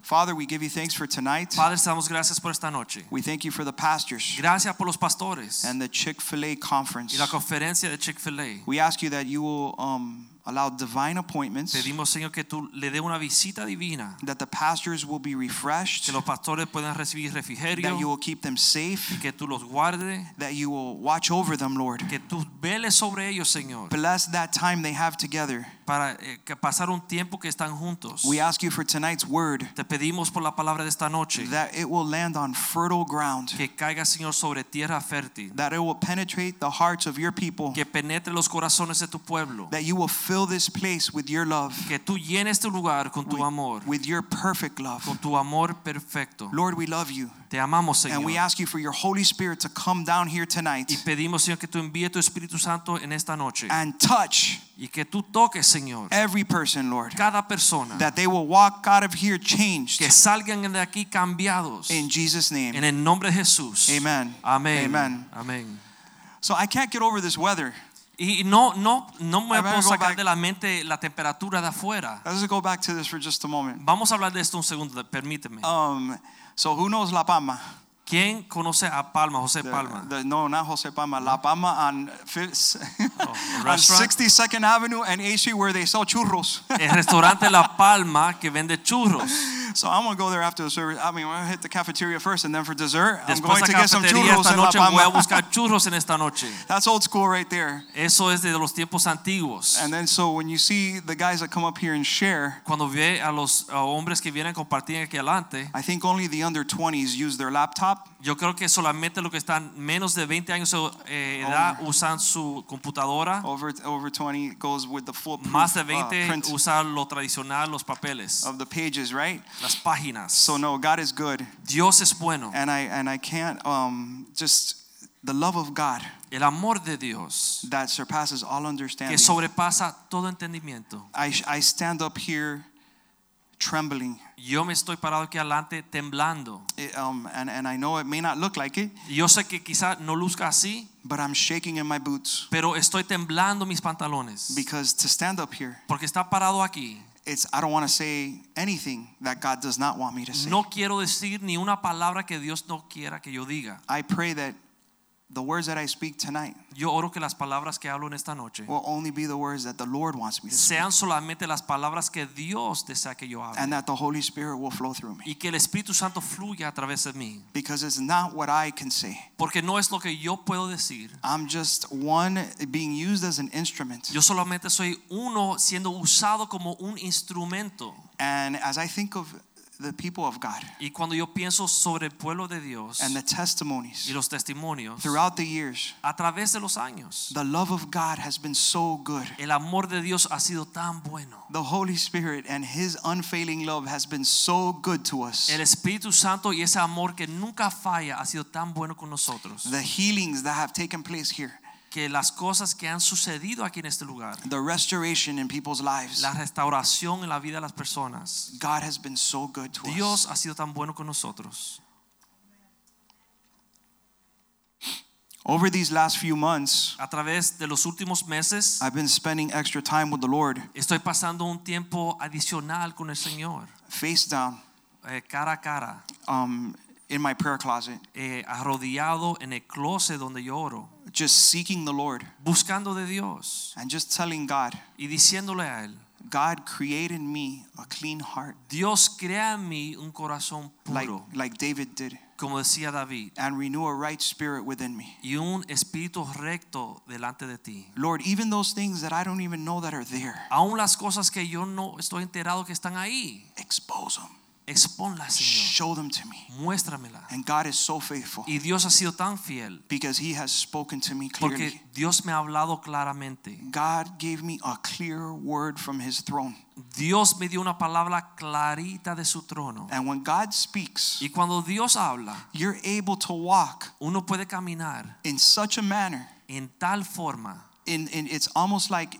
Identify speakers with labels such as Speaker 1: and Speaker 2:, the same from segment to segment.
Speaker 1: Father, we give you thanks for tonight.
Speaker 2: Padre, te damos gracias por esta noche.
Speaker 1: We thank you for the pastors
Speaker 2: Gracias por los pastores
Speaker 1: and the Chick fil A
Speaker 2: y
Speaker 1: conference.
Speaker 2: la conferencia de Chick-fil-A.
Speaker 1: We ask you that you will um, allow divine appointments,
Speaker 2: Pedimos, Señor, que tú le dé una visita divina,
Speaker 1: that the pastors will be refreshed,
Speaker 2: que los pastores puedan recibir
Speaker 1: that you
Speaker 2: refrigerio,
Speaker 1: will keep them safe,
Speaker 2: que tú los guardes,
Speaker 1: that you will watch over them, Lord.
Speaker 2: que tú veles sobre ellos, Señor,
Speaker 1: Bless that time they have together.
Speaker 2: para eh, que pasar un tiempo que están juntos.
Speaker 1: We ask you for tonight's word
Speaker 2: Te pedimos por la palabra de esta noche
Speaker 1: that it will land on fertile ground,
Speaker 2: que caiga, Señor, sobre tierra fértil,
Speaker 1: that it will penetrate the hearts of your people,
Speaker 2: que penetre los corazones de tu pueblo,
Speaker 1: that you will fill this place with your love,
Speaker 2: que tú llenes tu lugar con tu amor,
Speaker 1: with your perfect love.
Speaker 2: con tu amor perfecto.
Speaker 1: Lord, we love you.
Speaker 2: Te amamos,
Speaker 1: And we
Speaker 2: Señor.
Speaker 1: ask you for your Holy Spirit to come down here tonight
Speaker 2: Y pedimos, Señor, que tú envíes tu Espíritu Santo en esta noche
Speaker 1: and touch
Speaker 2: y que tú toques, Señor,
Speaker 1: every person, Lord,
Speaker 2: cada persona
Speaker 1: that they will walk out of here changed
Speaker 2: que salgan de aquí cambiados
Speaker 1: in Jesus'
Speaker 2: en
Speaker 1: name.
Speaker 2: el nombre de Jesús.
Speaker 1: Amen.
Speaker 2: Amén.
Speaker 1: Amen.
Speaker 2: Amén.
Speaker 1: So I can't get over this weather.
Speaker 2: Y no, no, no
Speaker 1: I
Speaker 2: me
Speaker 1: better
Speaker 2: puedo
Speaker 1: go
Speaker 2: sacar
Speaker 1: back.
Speaker 2: de la mente la temperatura de afuera.
Speaker 1: Let's go back to this for just a moment.
Speaker 2: Vamos a hablar de esto un segundo, permíteme.
Speaker 1: Um, so who knows La Palma?
Speaker 2: ¿Quién conoce a Palma, José
Speaker 1: The-
Speaker 2: Palma? Oh,
Speaker 1: the- no, not Jose Palma. La Palma on, fifth, on
Speaker 2: restaurant?
Speaker 1: 62nd Avenue and A Street where they sell churros.
Speaker 2: El restaurante La Palma que vende churros.
Speaker 1: so I'm going to go there after the service. I mean, I'm going to hit the cafeteria first and then for dessert, I'm
Speaker 2: Después
Speaker 1: going
Speaker 2: de
Speaker 1: to
Speaker 2: la
Speaker 1: get some
Speaker 2: cafetería
Speaker 1: churros
Speaker 2: esta
Speaker 1: in La
Speaker 2: noche voy a
Speaker 1: Palma.
Speaker 2: buscar churros en esta noche.
Speaker 1: That's old school right there.
Speaker 2: Eso es de los tiempos antiguos.
Speaker 1: And then so when you see the guys that come up here and share,
Speaker 2: cuando ve a los a hombres que vienen a compartir aquí adelante,
Speaker 1: I think only the under 20s use their laptop.
Speaker 2: yo creo que solamente los que están menos de 20 años de eh,
Speaker 1: Oh,
Speaker 2: edad usan su computadora,
Speaker 1: Over over 20 goes with the full
Speaker 2: más de
Speaker 1: uh,
Speaker 2: 20
Speaker 1: print
Speaker 2: usan lo tradicional, los papeles,
Speaker 1: of the pages, right?
Speaker 2: las páginas.
Speaker 1: Oh. So no, God is good,
Speaker 2: Dios es bueno,
Speaker 1: and I and I can't um, just the love of God
Speaker 2: el amor de Dios
Speaker 1: that surpasses all
Speaker 2: que
Speaker 1: understanding.
Speaker 2: sobrepasa todo entendimiento.
Speaker 1: I I stand up here trembling,
Speaker 2: Yo me estoy parado aquí adelante temblando.
Speaker 1: It, um, and and I know it may not look like it,
Speaker 2: Y Yo sé que quizás no luzca así,
Speaker 1: but I'm shaking in my boots
Speaker 2: pero estoy temblando mis pantalones.
Speaker 1: because to stand up here
Speaker 2: Porque está parado aquí.
Speaker 1: it's I don't want to say anything that God does not want me to say.
Speaker 2: No quiero decir ni una palabra que Dios no quiera que yo diga.
Speaker 1: I pray that the words that I speak tonight
Speaker 2: Yo oro que las palabras que hablo en esta noche
Speaker 1: will only be the words that the Lord wants me to say
Speaker 2: sean solamente las palabras que Dios desea que yo
Speaker 1: and
Speaker 2: hable
Speaker 1: that the Holy Spirit will flow through me
Speaker 2: y que el Espíritu Santo fluya a través de mí,
Speaker 1: because it's not what I can say.
Speaker 2: porque no es lo que yo puedo decir.
Speaker 1: I'm just one being used as an instrument.
Speaker 2: Yo solamente soy uno siendo usado como un instrumento.
Speaker 1: And as I think of the people of God
Speaker 2: Y cuando yo pienso sobre el pueblo de Dios
Speaker 1: and the
Speaker 2: y
Speaker 1: testimonies
Speaker 2: los testimonios
Speaker 1: throughout the years,
Speaker 2: a través de los años,
Speaker 1: the love of God has been so good.
Speaker 2: el amor de Dios ha sido tan bueno.
Speaker 1: The Holy Spirit and his unfailing love has been so good to us.
Speaker 2: El Espíritu Santo y ese amor que nunca falla ha sido tan bueno con nosotros.
Speaker 1: the healings that have taken place here,
Speaker 2: Que las cosas que han sucedido aquí en este lugar,
Speaker 1: the restoration in people's lives.
Speaker 2: la restauración en la vida de las personas,
Speaker 1: God has been so good to us.
Speaker 2: Dios ha sido tan bueno con nosotros.
Speaker 1: Over these last few months,
Speaker 2: A través de los últimos meses,
Speaker 1: I've been spending extra time with the Lord,
Speaker 2: estoy pasando un tiempo adicional con el Señor,
Speaker 1: face down,
Speaker 2: eh, cara a cara,
Speaker 1: um, in my prayer closet,
Speaker 2: eh, arrodillado en el closet donde yo oro,
Speaker 1: just seeking the Lord
Speaker 2: buscando de Dios
Speaker 1: and just telling God,
Speaker 2: y diciéndole a Él,
Speaker 1: God created me a clean heart,
Speaker 2: Dios crea en mí un corazón
Speaker 1: like,
Speaker 2: puro,
Speaker 1: like David did,
Speaker 2: como decía David.
Speaker 1: and renew a right spirit within me.
Speaker 2: y un espíritu recto delante de ti.
Speaker 1: Lord, even those things that I don't even know that are there,
Speaker 2: Aún las cosas que yo no estoy enterado que están ahí,
Speaker 1: expose them.
Speaker 2: Exponla, Señor.
Speaker 1: Show them to me.
Speaker 2: Muéstramela.
Speaker 1: And God is so faithful
Speaker 2: Y Dios ha sido tan fiel
Speaker 1: because He has spoken to me clearly.
Speaker 2: porque Dios me ha hablado claramente.
Speaker 1: God gave me a clear word from His throne.
Speaker 2: Dios me dio una palabra clarita de su trono.
Speaker 1: And when God speaks,
Speaker 2: Y cuando Dios habla,
Speaker 1: you're able to walk
Speaker 2: uno puede caminar
Speaker 1: in such a manner.
Speaker 2: en tal forma.
Speaker 1: In, in, it's almost like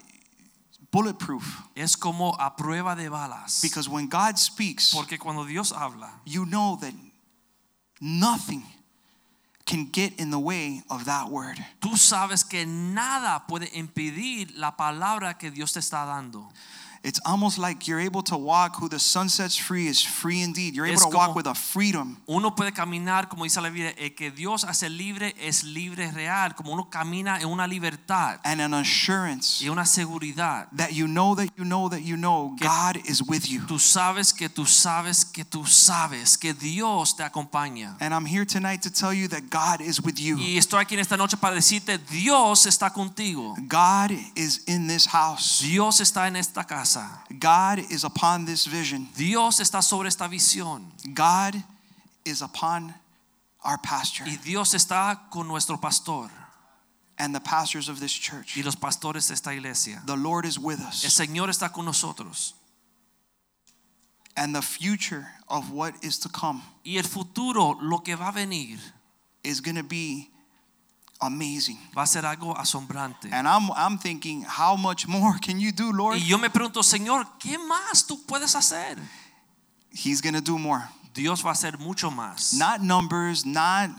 Speaker 1: bulletproof
Speaker 2: Es como a prueba de balas.
Speaker 1: because when God speaks,
Speaker 2: Porque cuando Dios habla,
Speaker 1: you know that nothing can get in the way of that word.
Speaker 2: tú sabes que nada puede impedir la palabra que Dios te está dando.
Speaker 1: It's almost like you're able to walk who the sun sets free is free indeed. You're able
Speaker 2: Es
Speaker 1: to walk
Speaker 2: como-
Speaker 1: with a freedom
Speaker 2: Uno puede caminar, como dice la Biblia, el que Dios hace libre es libre real. Como uno camina en una libertad
Speaker 1: and an assurance
Speaker 2: y una seguridad.
Speaker 1: that you know that you know that you know
Speaker 2: Que-
Speaker 1: God is with you.
Speaker 2: Tú sabes que tú sabes que tú sabes que Dios te acompaña.
Speaker 1: And I'm here tonight to tell you that God is with you.
Speaker 2: Y estoy aquí en esta noche para decirte, Dios está contigo.
Speaker 1: God is in this house.
Speaker 2: Dios está en esta casa.
Speaker 1: God is upon this vision.
Speaker 2: Dios está sobre esta visión.
Speaker 1: God is upon our pastor
Speaker 2: Y Dios está con nuestro pastor
Speaker 1: and the pastors of this
Speaker 2: y
Speaker 1: church.
Speaker 2: los pastores de esta iglesia.
Speaker 1: The Lord is with
Speaker 2: El
Speaker 1: us.
Speaker 2: Señor está con nosotros.
Speaker 1: And the future of what is to come
Speaker 2: Y el futuro, lo que va a venir,
Speaker 1: is going to be amazing.
Speaker 2: va a ser algo asombrante.
Speaker 1: And I'm, I'm thinking, how much more can you do, Lord?
Speaker 2: Y yo me pregunto, Señor, ¿qué más tú puedes hacer?
Speaker 1: He's going to do more.
Speaker 2: Dios va a hacer mucho más.
Speaker 1: Not numbers, not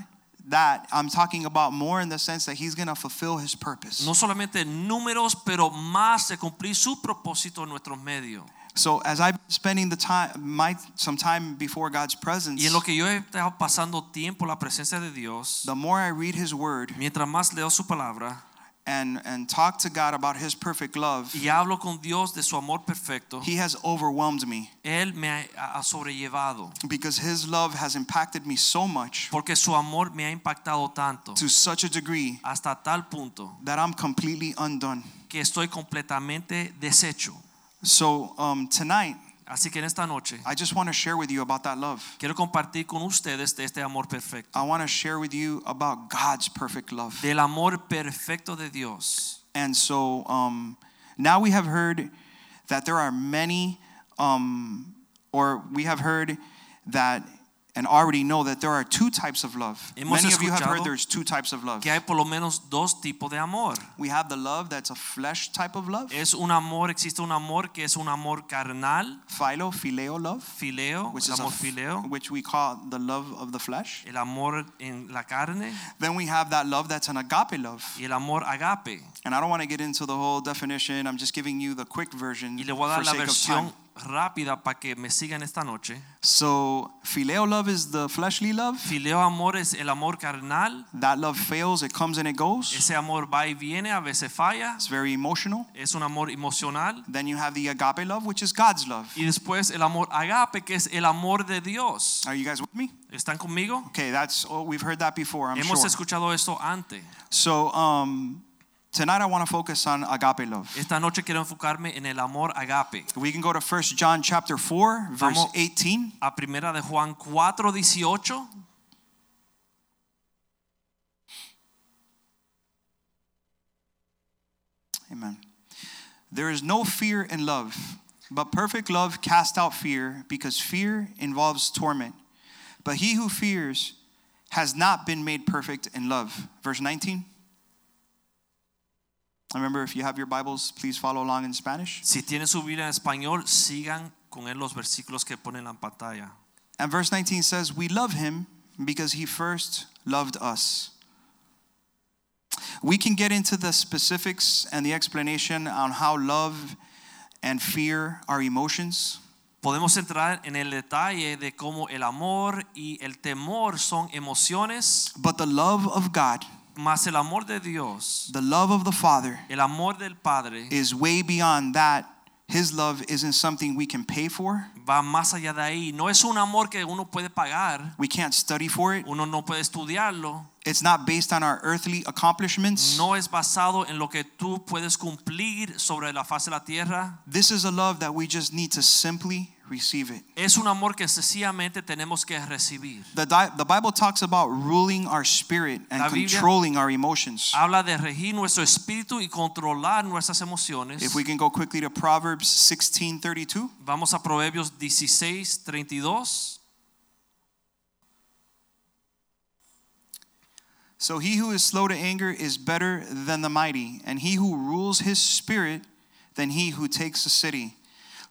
Speaker 1: that. I'm talking about more in the sense that He's going to fulfill His purpose.
Speaker 2: No solamente números, pero más de cumplir su propósito en nuestros medios.
Speaker 1: So as I've been spending the time, my some time before God's presence,
Speaker 2: Y en lo que yo he estado pasando tiempo en la presencia de Dios,
Speaker 1: the more I read His Word
Speaker 2: mientras más leo su palabra
Speaker 1: and and talk to God about His perfect love,
Speaker 2: y hablo con Dios de su amor perfecto,
Speaker 1: He has overwhelmed me
Speaker 2: Él me ha, ha sobrellevado
Speaker 1: because His love has impacted me so much
Speaker 2: porque su amor me ha impactado tanto
Speaker 1: to such a degree
Speaker 2: hasta tal punto
Speaker 1: that I'm completely undone.
Speaker 2: que estoy completamente deshecho.
Speaker 1: So um, tonight,
Speaker 2: Así que en esta noche
Speaker 1: I just want to share with you about that love.
Speaker 2: quiero compartir con ustedes de este amor perfecto,
Speaker 1: I want to share with you about God's perfect love.
Speaker 2: del amor perfecto de Dios.
Speaker 1: And so um, now we have heard that there are many, um, or we have heard that and already know that there are two types of love.
Speaker 2: Hemos
Speaker 1: many of you have
Speaker 2: escuchado
Speaker 1: heard there's two types of love.
Speaker 2: Que hay por lo menos dos tipos de amor.
Speaker 1: We have the love that's a flesh type of love,
Speaker 2: Es un amor, existe un amor que es un amor carnal,
Speaker 1: philo, phileo love,
Speaker 2: fileo,
Speaker 1: which
Speaker 2: el
Speaker 1: is a
Speaker 2: amor
Speaker 1: f-
Speaker 2: fileo.
Speaker 1: which we call the love of the flesh.
Speaker 2: el amor en la carne
Speaker 1: Then we have that love that's an agape love.
Speaker 2: y el amor agape.
Speaker 1: And I don't want to get into the whole definition. I'm just giving you the quick version
Speaker 2: Y le voy a
Speaker 1: for
Speaker 2: dar la
Speaker 1: sake of time.
Speaker 2: versión rápida para que me sigan esta noche.
Speaker 1: So phileo love is the fleshly love.
Speaker 2: Fileo amor es el amor carnal.
Speaker 1: That love fails, it comes and it goes.
Speaker 2: Ese amor va y viene, a veces falla.
Speaker 1: It's very emotional.
Speaker 2: Es un amor emocional.
Speaker 1: Then you have the agape love, which is God's love.
Speaker 2: Y después el amor agape, que es el amor de Dios.
Speaker 1: Are you guys with me?
Speaker 2: ¿Están conmigo?
Speaker 1: Okay, that's oh, we've heard that before, I'm
Speaker 2: Hemos
Speaker 1: sure.
Speaker 2: escuchado esto antes.
Speaker 1: So um, tonight I want to focus on agape love.
Speaker 2: Esta noche quiero enfocarme en el amor agape.
Speaker 1: We can go to 1 John chapter 4, verse
Speaker 2: Vamos.
Speaker 1: 18.
Speaker 2: A primera de Juan 4, 18.
Speaker 1: Amen. There is no fear in love, but perfect love casts out fear, because fear involves torment. But he who fears has not been made perfect in love. Verse 19. Remember, if you have your Bibles, please follow along in Spanish.
Speaker 2: Si tienen su Biblia en español, sigan con él los versículos que ponen en la pantalla.
Speaker 1: And verse 19 says, We love him because he first loved us. We can get into the specifics and the explanation on how love and fear are emotions.
Speaker 2: Podemos entrar en el detalle de cómo el amor y el temor son emociones,
Speaker 1: But the love of God,
Speaker 2: más el amor de Dios,
Speaker 1: the love of the Father,
Speaker 2: el amor del Padre,
Speaker 1: is way beyond that. His love isn't something we can pay for.
Speaker 2: va más allá de ahí. No es un amor que uno puede pagar,
Speaker 1: We can't study for it.
Speaker 2: uno no puede estudiarlo,
Speaker 1: It's not based on our earthly accomplishments.
Speaker 2: no es basado en lo que tú puedes cumplir sobre la faz de la tierra.
Speaker 1: This is a love that we just need to simply receive it.
Speaker 2: Es un amor que sencillamente tenemos que recibir.
Speaker 1: The, di- the Bible talks about ruling our spirit and
Speaker 2: La Biblia-
Speaker 1: controlling our emotions.
Speaker 2: Habla de regir nuestro espíritu y controlar nuestras emociones.
Speaker 1: If we can go quickly to Proverbs 16:32,
Speaker 2: Vamos a Proverbios 16, 32.
Speaker 1: so he who is slow to anger is better than the mighty, and he who rules his spirit than he who takes a city.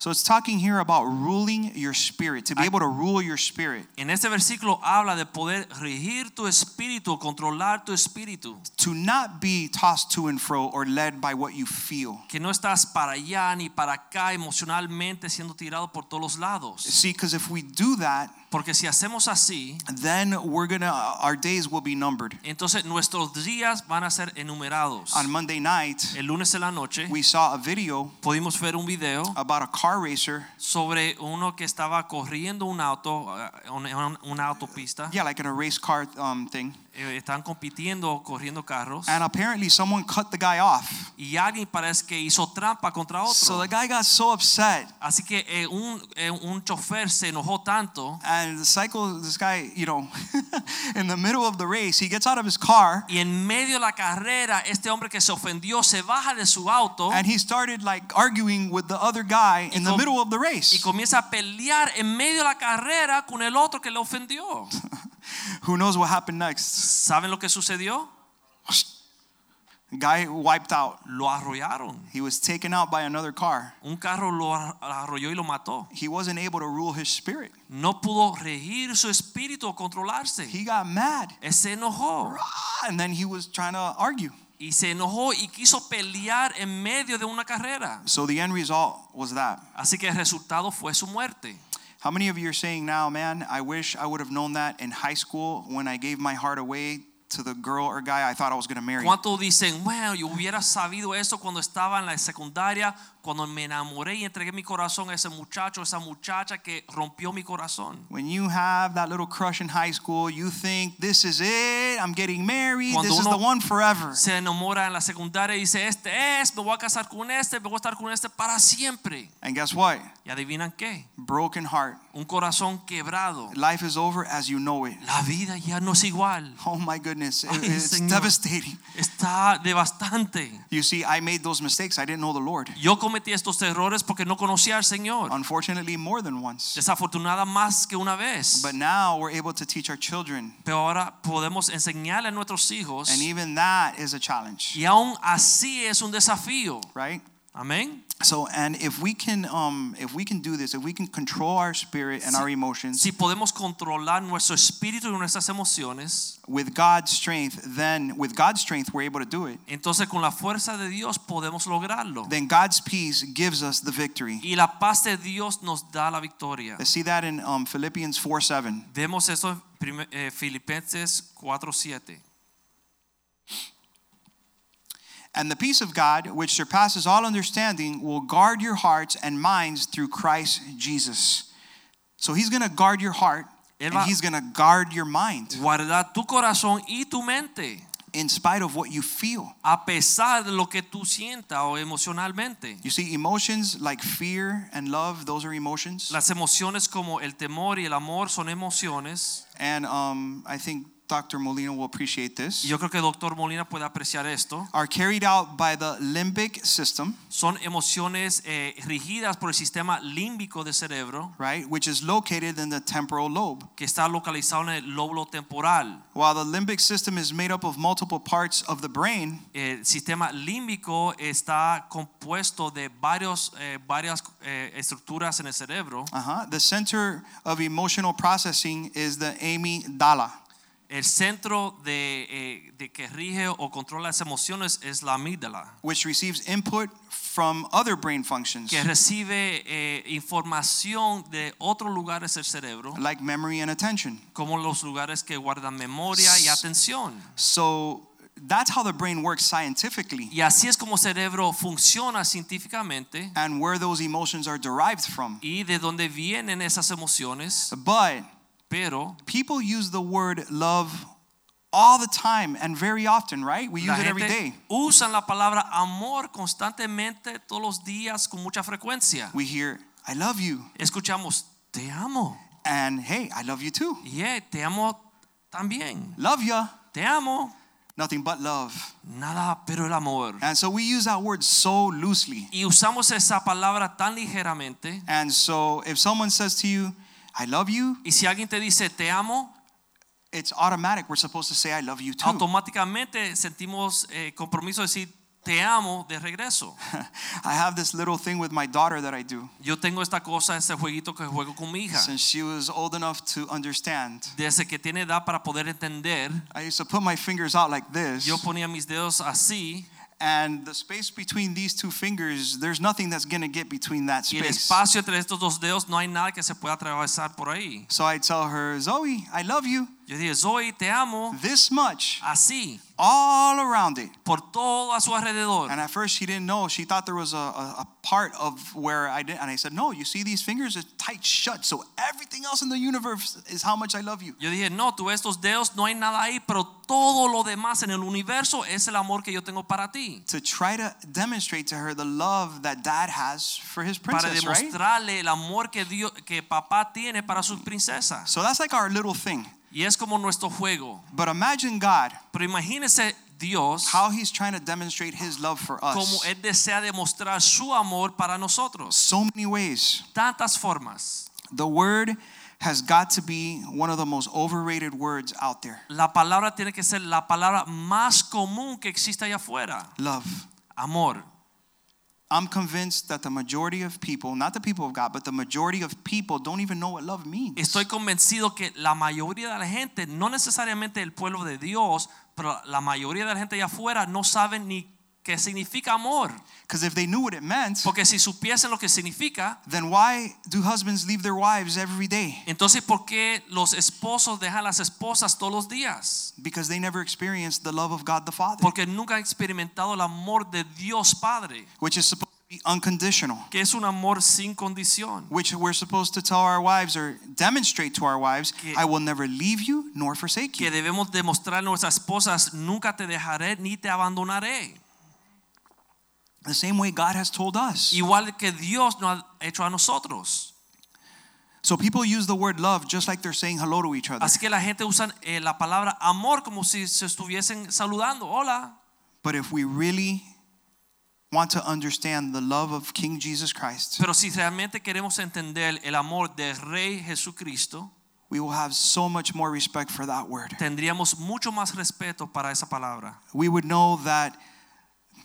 Speaker 1: So it's talking here about ruling your spirit, to be able to rule your spirit,
Speaker 2: En este versículo habla de poder regir tu espíritu, controlar tu espíritu.
Speaker 1: to not be tossed to and fro or led by what you feel.
Speaker 2: Que no estás para allá ni para acá emocionalmente siendo tirado por todos los lados.
Speaker 1: See, because if we do that,
Speaker 2: Porque si hacemos así,
Speaker 1: then we're gonna our days will be numbered.
Speaker 2: entonces nuestros días van a ser enumerados.
Speaker 1: On Monday night,
Speaker 2: El lunes en la noche
Speaker 1: we saw a video
Speaker 2: pudimos ver un video
Speaker 1: about a car racer.
Speaker 2: sobre uno que estaba corriendo un auto, eh, un- un- una autopista.
Speaker 1: Yeah, like in a race car um, thing.
Speaker 2: Eh, Están compitiendo, corriendo carros.
Speaker 1: And apparently, someone cut the guy off.
Speaker 2: y alguien parece que hizo trampa contra otro.
Speaker 1: So the guy got so upset,
Speaker 2: Así que eh, un, eh, un chofer se enojó tanto
Speaker 1: and the cycle, this guy, you know, in the middle of the race, he gets out of his car
Speaker 2: y en medio de la carrera este hombre que se ofendió se baja de su auto
Speaker 1: and he started like arguing with the other guy in the
Speaker 2: com-
Speaker 1: middle of the
Speaker 2: y
Speaker 1: race.
Speaker 2: comienza a pelear en medio de la carrera con el otro que le ofendió.
Speaker 1: Who knows what happened next?
Speaker 2: ¿Saben lo que sucedió?
Speaker 1: The guy wiped out.
Speaker 2: Lo arrollaron.
Speaker 1: He was taken out by another car.
Speaker 2: Un carro lo ar- arrolló y lo mató.
Speaker 1: He wasn't able to rule his spirit.
Speaker 2: No pudo regir su espíritu o controlarse.
Speaker 1: He got mad.
Speaker 2: Él se enojó
Speaker 1: Ah, And then he was trying to argue.
Speaker 2: y se enojó y quiso pelear en medio de una carrera.
Speaker 1: So the end result was that.
Speaker 2: Así que el resultado fue su muerte.
Speaker 1: How many of you are saying now, man, I wish I would have known that in high school when I gave my heart away to the girl or guy I thought I was going to marry?
Speaker 2: ¿Cuántos dicen, bueno, yo hubiera sabido eso cuando estaba en la secundaria, cuando me enamoré y entregué mi corazón a ese muchacho, esa muchacha que rompió mi corazón?
Speaker 1: When you have that little crush in high school, you think, this is it, I'm getting married,
Speaker 2: Cuando
Speaker 1: this is
Speaker 2: uno-
Speaker 1: the one forever.
Speaker 2: Se enamora en la secundaria y dice, este es, me voy a casar con este, me voy a estar con este para siempre.
Speaker 1: And guess what?
Speaker 2: ¿Y adivinan qué?
Speaker 1: Broken heart.
Speaker 2: Un corazón quebrado.
Speaker 1: Life is over as you know it.
Speaker 2: La vida ya no es igual.
Speaker 1: Oh my goodness, it-
Speaker 2: Ay,
Speaker 1: it's
Speaker 2: Señor.
Speaker 1: devastating.
Speaker 2: Está devastante.
Speaker 1: You see, I made those mistakes, I didn't know the Lord.
Speaker 2: Yo cometí estos errores porque no conocía al Señor.
Speaker 1: Unfortunately, more than once.
Speaker 2: Desafortunada más que una vez.
Speaker 1: But now we're able to teach our children,
Speaker 2: Pero ahora podemos enseñarle a nuestros hijos.
Speaker 1: and even that is a challenge,
Speaker 2: Y aún así es un desafío.
Speaker 1: right?
Speaker 2: Amén.
Speaker 1: So, and if we can, um, if we can do this, if we can control our spirit and our emotions
Speaker 2: Si podemos controlar nuestro espíritu y nuestras emociones,
Speaker 1: with God's strength, then with God's strength we're able to do it.
Speaker 2: entonces con la fuerza de Dios podemos lograrlo.
Speaker 1: Then God's peace gives us the victory.
Speaker 2: Y la paz de Dios nos da la victoria.
Speaker 1: I see that in um, Philippians 4 7.
Speaker 2: Vemos eso en prime- eh, Filipenses 4:7.
Speaker 1: And the peace of God, which surpasses all understanding, will guard your hearts and minds through Christ Jesus. So he's going to guard your heart
Speaker 2: Él
Speaker 1: and
Speaker 2: va-
Speaker 1: he's going to guard your mind
Speaker 2: Guarda tu corazón y tu mente
Speaker 1: in spite of what you feel.
Speaker 2: a pesar de lo que tú sientas o emocionalmente.
Speaker 1: You see, emotions like fear and love, those are emotions.
Speaker 2: Las emociones como el temor y el amor son emociones.
Speaker 1: And um, I think Dr. Molina will appreciate
Speaker 2: Y
Speaker 1: this.
Speaker 2: yo creo que el doctor Molina puede apreciar esto.
Speaker 1: Are carried out by the limbic system,
Speaker 2: son emociones eh, rigidas por el sistema límbico del cerebro
Speaker 1: right, which is located in the temporal lobe.
Speaker 2: que está localizado en el lóbulo temporal.
Speaker 1: While the limbic system is made up of multiple parts of the brain,
Speaker 2: El sistema límbico está compuesto de varios, eh, varias eh, estructuras en el cerebro.
Speaker 1: Uh-huh. The center of emotional processing is the amygdala.
Speaker 2: El centro de, eh, de que rige o controla las emociones es la amígdala,
Speaker 1: Which receives input from other brain functions,
Speaker 2: que recibe eh, información de otros lugares del cerebro,
Speaker 1: like memory and attention.
Speaker 2: como los lugares que guardan memoria y atención.
Speaker 1: So that's how the brain works scientifically
Speaker 2: Y así es como el cerebro funciona científicamente
Speaker 1: and where those emotions are derived from.
Speaker 2: y de dónde vienen esas emociones.
Speaker 1: But
Speaker 2: Pero
Speaker 1: people use the word love all the time and very often, right? We
Speaker 2: la
Speaker 1: use it every day.
Speaker 2: gente usan la palabra amor constantemente todos los días con mucha frecuencia.
Speaker 1: We hear, I love you.
Speaker 2: Escuchamos, te amo.
Speaker 1: And hey, I love you too.
Speaker 2: Yeah, te amo también.
Speaker 1: Love ya.
Speaker 2: Te amo.
Speaker 1: Nothing but love.
Speaker 2: Nada, pero el amor.
Speaker 1: And so we use that word so loosely.
Speaker 2: Y usamos esa palabra tan ligeramente.
Speaker 1: And so if someone says to you, I love you,
Speaker 2: Y si alguien te dice te amo,
Speaker 1: it's automatic. We're supposed to say, I love you too.
Speaker 2: automáticamente sentimos eh, compromiso de decir te amo de regreso.
Speaker 1: I have this little thing with my daughter that I do.
Speaker 2: Yo tengo esta cosa, este jueguito que juego con mi hija.
Speaker 1: Since she was old enough to understand,
Speaker 2: Desde que tiene edad para poder entender,
Speaker 1: I used to put my fingers out like this.
Speaker 2: yo ponía mis dedos así
Speaker 1: And the space between these two fingers, there's nothing that's going to get between that
Speaker 2: y el
Speaker 1: space.
Speaker 2: espacio entre estos dos dedos no hay nada que se pueda atravesar por ahí.
Speaker 1: So I tell her, Zoe, I love you
Speaker 2: Yo dije, Zoe, te amo
Speaker 1: this much,
Speaker 2: así,
Speaker 1: all around it.
Speaker 2: por todo a su alrededor.
Speaker 1: And at first she didn't know. She thought there was a, a, a part of where I did. And I said, No, you see these fingers are tight shut. So everything else in the universe is how much I love you.
Speaker 2: Yo dije, no, tú ves estos dedos, no hay nada ahí, pero todo lo demás en el universo es el amor que yo tengo para ti.
Speaker 1: To try to demonstrate to her the love that dad has for his
Speaker 2: Para
Speaker 1: princess, right?
Speaker 2: demostrarle el amor que, Dios, que papá tiene para sus princesas.
Speaker 1: So that's like our little thing.
Speaker 2: Y es como nuestro juego.
Speaker 1: But imagine God,
Speaker 2: Pero imagínese Dios,
Speaker 1: how he's trying to demonstrate his love for
Speaker 2: como
Speaker 1: us.
Speaker 2: Él desea demostrar su amor para nosotros.
Speaker 1: So many ways.
Speaker 2: Tantas formas.
Speaker 1: The word has got to be one of the most overrated words out there
Speaker 2: La palabra tiene que ser la palabra más común que existe allá afuera.
Speaker 1: love.
Speaker 2: Amor.
Speaker 1: I'm convinced that the majority of people, not the people of God, but the majority of people don't even know what love means.
Speaker 2: Estoy convencido que la mayoría de la gente, no necesariamente el pueblo de Dios, pero la mayoría de la gente allá afuera no saben ni qué significa amor.
Speaker 1: Because if they knew what it meant,
Speaker 2: Porque si supiesen lo que significa,
Speaker 1: then why do husbands leave their wives every day?
Speaker 2: entonces ¿por qué los esposos dejan a las esposas todos los días?
Speaker 1: Because they never experienced the love of God the Father,
Speaker 2: Porque nunca han experimentado el amor de Dios Padre,
Speaker 1: which is supposed to be unconditional,
Speaker 2: que es un amor sin condición.
Speaker 1: which we're supposed to tell our wives or demonstrate to our wives,
Speaker 2: Que-
Speaker 1: I will never leave you nor forsake you.
Speaker 2: Que debemos demostrar a nuestras esposas, nunca te dejaré ni te abandonaré.
Speaker 1: The same way God has told us.
Speaker 2: Igual que Dios nos ha hecho a nosotros.
Speaker 1: So people use the word love just like they're saying hello to each other.
Speaker 2: Así que la gente usa eh, la palabra amor como si se estuviesen saludando. Hola.
Speaker 1: But if we really want to understand the love of King Jesus Christ,
Speaker 2: Pero si realmente queremos entender el amor del Rey Jesucristo,
Speaker 1: we will have so much more respect for that word.
Speaker 2: tendríamos mucho más respeto para esa palabra.
Speaker 1: We would know that,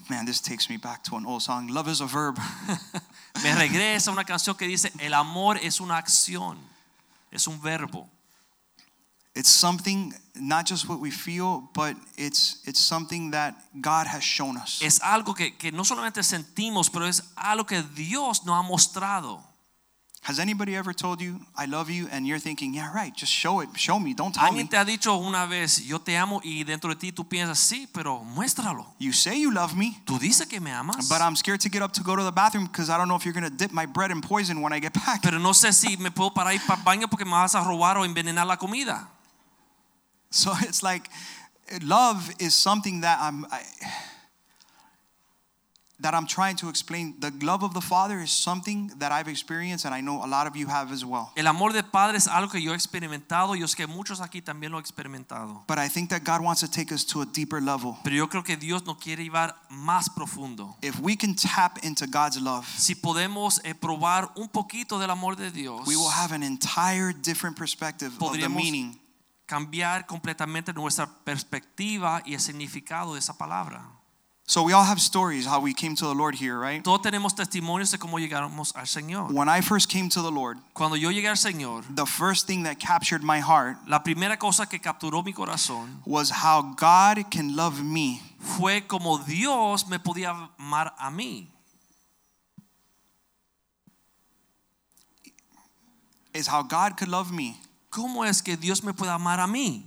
Speaker 1: man, this takes me back to an old song love is a verb.
Speaker 2: Me regresa una canción que dice, el amor es una acción, es un verbo.
Speaker 1: It's something, not just what we feel, but it's, it's something that God has shown us.
Speaker 2: Es algo que, que no solamente sentimos, pero es algo que Dios nos ha mostrado.
Speaker 1: Has anybody ever told you, I love you, and you're thinking, yeah, right, just show it, show me, don't tell
Speaker 2: Alguien
Speaker 1: me.
Speaker 2: te ha dicho una vez, yo te amo y dentro de ti tú piensas, sí, pero muéstralo.
Speaker 1: You say you love me,
Speaker 2: Tú dices que me amas.
Speaker 1: but I'm scared to get up to go to the bathroom because I don't know if you're going to dip my bread in poison when I get back.
Speaker 2: Pero no sé si me puedo parar y ir para el baño porque me vas a robar o envenenar la comida.
Speaker 1: So it's like love is something that I'm I, that I'm trying to explain. The love of the Father is something that I've experienced and I know a lot of you have as well.
Speaker 2: El amor de padre es algo que yo he experimentado y es que muchos aquí también lo han experimentado.
Speaker 1: But I think that God wants to take us to a deeper level.
Speaker 2: Pero yo creo que Dios nos quiere llevar más profundo.
Speaker 1: If we can tap into God's love,
Speaker 2: Si podemos eh, probar un poquito del amor de Dios,
Speaker 1: we will have an entire different perspective of the
Speaker 2: Podríamos-
Speaker 1: meaning.
Speaker 2: cambiar completamente nuestra perspectiva y el significado de esa palabra.
Speaker 1: So we all have stories how we came to the Lord here, right?
Speaker 2: Todos tenemos testimonios de cómo llegamos al Señor.
Speaker 1: When I first came to the Lord,
Speaker 2: Cuando yo llegué al Señor,
Speaker 1: the first thing that captured my heart
Speaker 2: la primera cosa que capturó mi corazón
Speaker 1: was how God can love me
Speaker 2: fue como Dios me podía amar a mí.
Speaker 1: is how God could love me
Speaker 2: ¿Cómo es que Dios me puede amar a mí?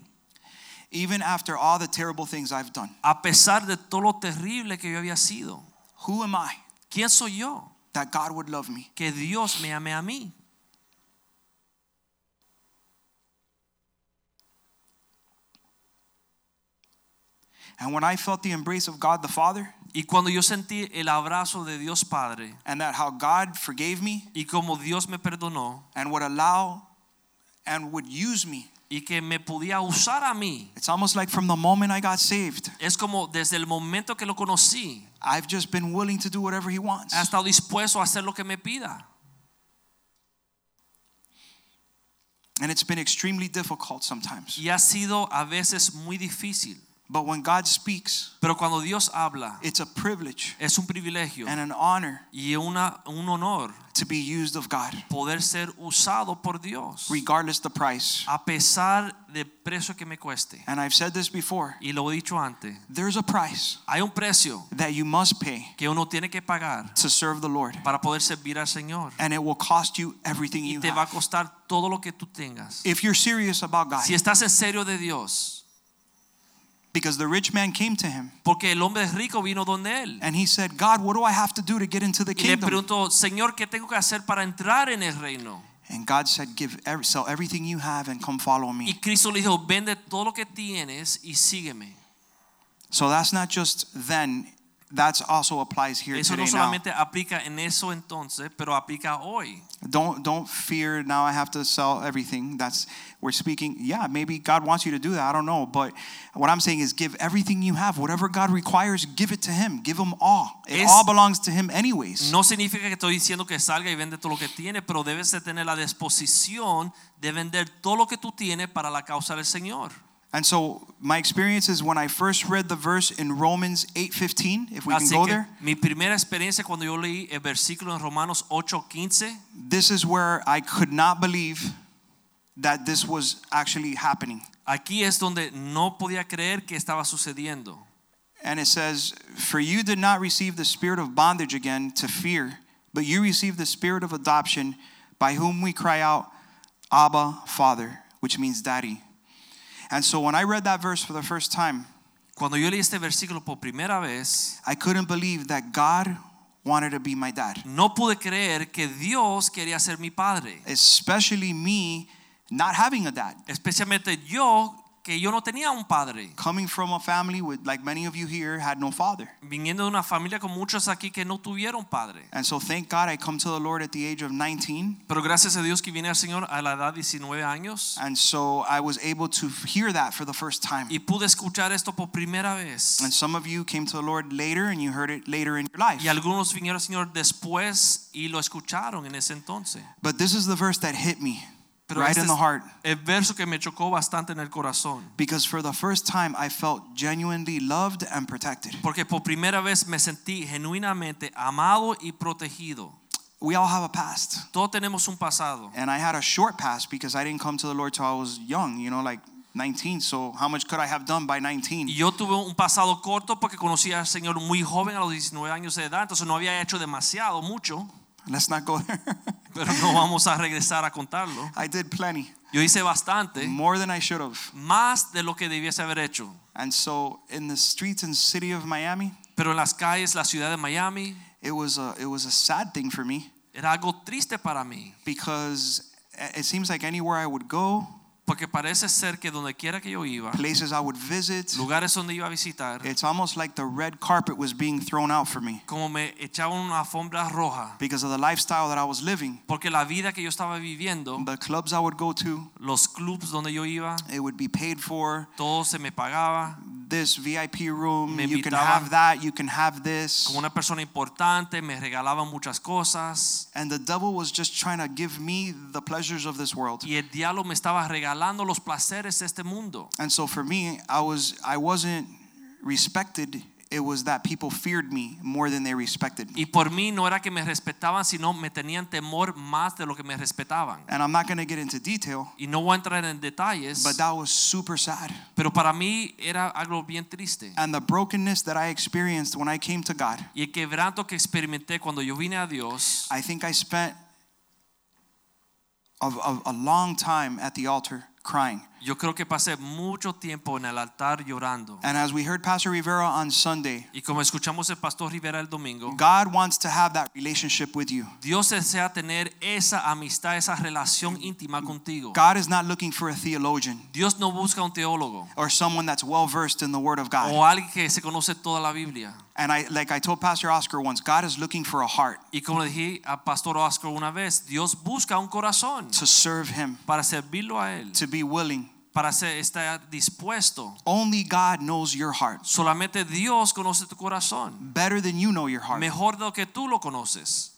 Speaker 1: even after all the terrible things I've done.
Speaker 2: A pesar de todo lo terrible que yo había sido.
Speaker 1: Who am I
Speaker 2: ¿Quién soy yo?
Speaker 1: that God would love me?
Speaker 2: Que Dios me ame a mí.
Speaker 1: And when I felt the embrace of God the Father
Speaker 2: Y cuando yo sentí el abrazo de Dios Padre
Speaker 1: and that how God forgave me
Speaker 2: y como Dios me perdonó
Speaker 1: and would allow and would use me,
Speaker 2: y que me podía usar a mí,
Speaker 1: it's almost like from the moment I got saved,
Speaker 2: es como desde el momento que lo conocí,
Speaker 1: I've just been willing to do whatever He wants.
Speaker 2: ha estado dispuesto a hacer lo que me pida.
Speaker 1: And it's been extremely difficult sometimes.
Speaker 2: Y ha sido a veces muy difícil.
Speaker 1: But when God speaks,
Speaker 2: Pero cuando Dios habla,
Speaker 1: it's a privilege
Speaker 2: es un privilegio
Speaker 1: and an honor
Speaker 2: y una, un honor
Speaker 1: to be used of God,
Speaker 2: poder ser usado por Dios,
Speaker 1: regardless the price.
Speaker 2: a pesar del precio que me cueste.
Speaker 1: And I've said this before
Speaker 2: Y lo he dicho antes,
Speaker 1: there's a price
Speaker 2: hay un precio
Speaker 1: that you must pay
Speaker 2: que uno tiene que pagar
Speaker 1: to serve the Lord,
Speaker 2: para poder servir al Señor.
Speaker 1: and it will cost you everything
Speaker 2: Y
Speaker 1: you
Speaker 2: te va a
Speaker 1: have.
Speaker 2: costar todo lo que tú tengas.
Speaker 1: If you're serious about God,
Speaker 2: Si estás en serio de Dios,
Speaker 1: because the rich man came to him
Speaker 2: porque el hombre rico vino donde él.
Speaker 1: and he said, God, what do I have to do to get into the
Speaker 2: Y le
Speaker 1: kingdom?
Speaker 2: preguntó, Señor, ¿qué tengo que hacer para entrar en el reino?
Speaker 1: And God said, Give ev- sell everything you have and come follow me.
Speaker 2: Y Cristo le dijo, vende todo lo que tienes y sígueme.
Speaker 1: So that's not just then, that's also applies here
Speaker 2: Eso
Speaker 1: today
Speaker 2: no
Speaker 1: now.
Speaker 2: solamente aplica en eso entonces, pero aplica hoy.
Speaker 1: Don't don't fear now I have to sell everything. That's we're speaking. Yeah, maybe God wants you to do that. I don't know, but what I'm saying is give everything you have. Whatever God requires, give it to him. Give him all. It
Speaker 2: Es-
Speaker 1: all belongs to him anyways.
Speaker 2: No significa que estoy diciendo que salga y vende todo lo que tiene, pero debes de tener la disposición de vender todo lo que tú tienes para la causa del Señor.
Speaker 1: And so my experience is when I first read the verse in Romans 8:15, if we can
Speaker 2: Así
Speaker 1: go
Speaker 2: que
Speaker 1: there.
Speaker 2: mi primera experiencia cuando yo leí el versículo en Romanos 8:15,
Speaker 1: This is where I could not believe that this was actually happening.
Speaker 2: aquí es donde no podía creer que estaba sucediendo.
Speaker 1: And it says, For you did not receive the spirit of bondage again to fear, but you received the spirit of adoption, by whom we cry out, Abba, Father, which means daddy. And so when I read that verse for the first time,
Speaker 2: Cuando yo leí este versículo por primera vez,
Speaker 1: I couldn't believe that God wanted to be my dad,
Speaker 2: no pude creer que Dios quería ser mi padre,
Speaker 1: especially me not having a dad.
Speaker 2: especialmente yo que yo no tenía un padre,
Speaker 1: Coming from a family with, like many of you here, had no father.
Speaker 2: viniendo de una familia con muchos aquí que no tuvieron padre.
Speaker 1: And so thank God I come to the Lord at the age of 19.
Speaker 2: Pero gracias a Dios que vine al Señor a la edad de 19 años
Speaker 1: And so I was able to hear that for the first time.
Speaker 2: y pude escuchar esto por primera vez.
Speaker 1: And some of you came to the Lord later and you heard it later in your life.
Speaker 2: Y algunos vinieron al Señor después y lo escucharon en ese entonces.
Speaker 1: But this is the verse that hit me
Speaker 2: Pero
Speaker 1: right
Speaker 2: este
Speaker 1: in the
Speaker 2: es
Speaker 1: heart
Speaker 2: el verso que me chocó bastante en el corazón.
Speaker 1: because for the first time I felt genuinely loved and protected.
Speaker 2: Porque por primera vez me sentí genuinamente amado y protegido.
Speaker 1: We all have a past.
Speaker 2: Todos tenemos un pasado.
Speaker 1: And I had a short past because I didn't come to the Lord till I was young, you know, like 19. So how much could I have done by 19?
Speaker 2: Y yo tuve un pasado corto porque conocí al Señor muy joven a los 19 años de edad, entonces no había hecho demasiado, mucho,
Speaker 1: Let's not go there.
Speaker 2: pero no vamos a regresar a contarlo.
Speaker 1: I did plenty,
Speaker 2: Yo hice bastante,
Speaker 1: more than I should have.
Speaker 2: más de lo que debiese haber hecho.
Speaker 1: And so in the streets and city of Miami,
Speaker 2: Pero en las calles, la ciudad de Miami,
Speaker 1: it was a, it was a sad thing for me
Speaker 2: era algo triste para mí,
Speaker 1: because it seems like anywhere I would go,
Speaker 2: porque parece ser que donde quiera que yo iba,
Speaker 1: places I would visit.
Speaker 2: lugares donde iba a visitar,
Speaker 1: It's almost like the red carpet was being thrown out for me
Speaker 2: como me echaban una alfombra roja,
Speaker 1: because of the lifestyle that I was living.
Speaker 2: porque la vida que yo estaba viviendo,
Speaker 1: The clubs I would go to,
Speaker 2: los clubs donde yo iba,
Speaker 1: it would be paid for.
Speaker 2: todo se me pagaba,
Speaker 1: This VIP room,
Speaker 2: Me
Speaker 1: you can
Speaker 2: invitaban.
Speaker 1: have that, you can have this.
Speaker 2: como una persona importante, me regalaban muchas cosas
Speaker 1: And the devil was just trying to give me the pleasures of this world.
Speaker 2: y el diablo me estaba regalando los placeres de este mundo.
Speaker 1: And so for me, I was I wasn't respected. It was that people feared me more than they respected me.
Speaker 2: Y por mí no era que me respetaban, sino me tenían temor más de lo que me respetaban.
Speaker 1: And I'm not going to get into detail,
Speaker 2: Y no voy a entrar en detalles,
Speaker 1: but that was super sad.
Speaker 2: pero para mí era algo bien triste.
Speaker 1: And the brokenness that I experienced when I came to God,
Speaker 2: Y el quebranto que experimenté cuando yo vine a Dios,
Speaker 1: I think I spent a, a, a long time at the altar crying.
Speaker 2: Yo creo que pasé mucho tiempo en el altar llorando.
Speaker 1: And as we heard Pastor Rivera on Sunday,
Speaker 2: Y como escuchamos el pastor Rivera el domingo,
Speaker 1: God wants to have that relationship with you.
Speaker 2: Dios desea tener esa amistad, esa relación íntima contigo.
Speaker 1: God is not looking for a theologian
Speaker 2: Dios no busca un teólogo
Speaker 1: or someone that's well versed in the Word of God.
Speaker 2: o alguien que se conoce toda la Biblia.
Speaker 1: And I, like I told Pastor Oscar once, God is looking for a heart
Speaker 2: Y como le dije a Pastor Oscar una vez, Dios busca un corazón
Speaker 1: to serve Him,
Speaker 2: para servirlo a él,
Speaker 1: to be willing.
Speaker 2: para ser- estar dispuesto.
Speaker 1: Only God knows your heart
Speaker 2: Solamente Dios conoce tu corazón,
Speaker 1: better than you know your heart.
Speaker 2: mejor de lo que tú lo conoces.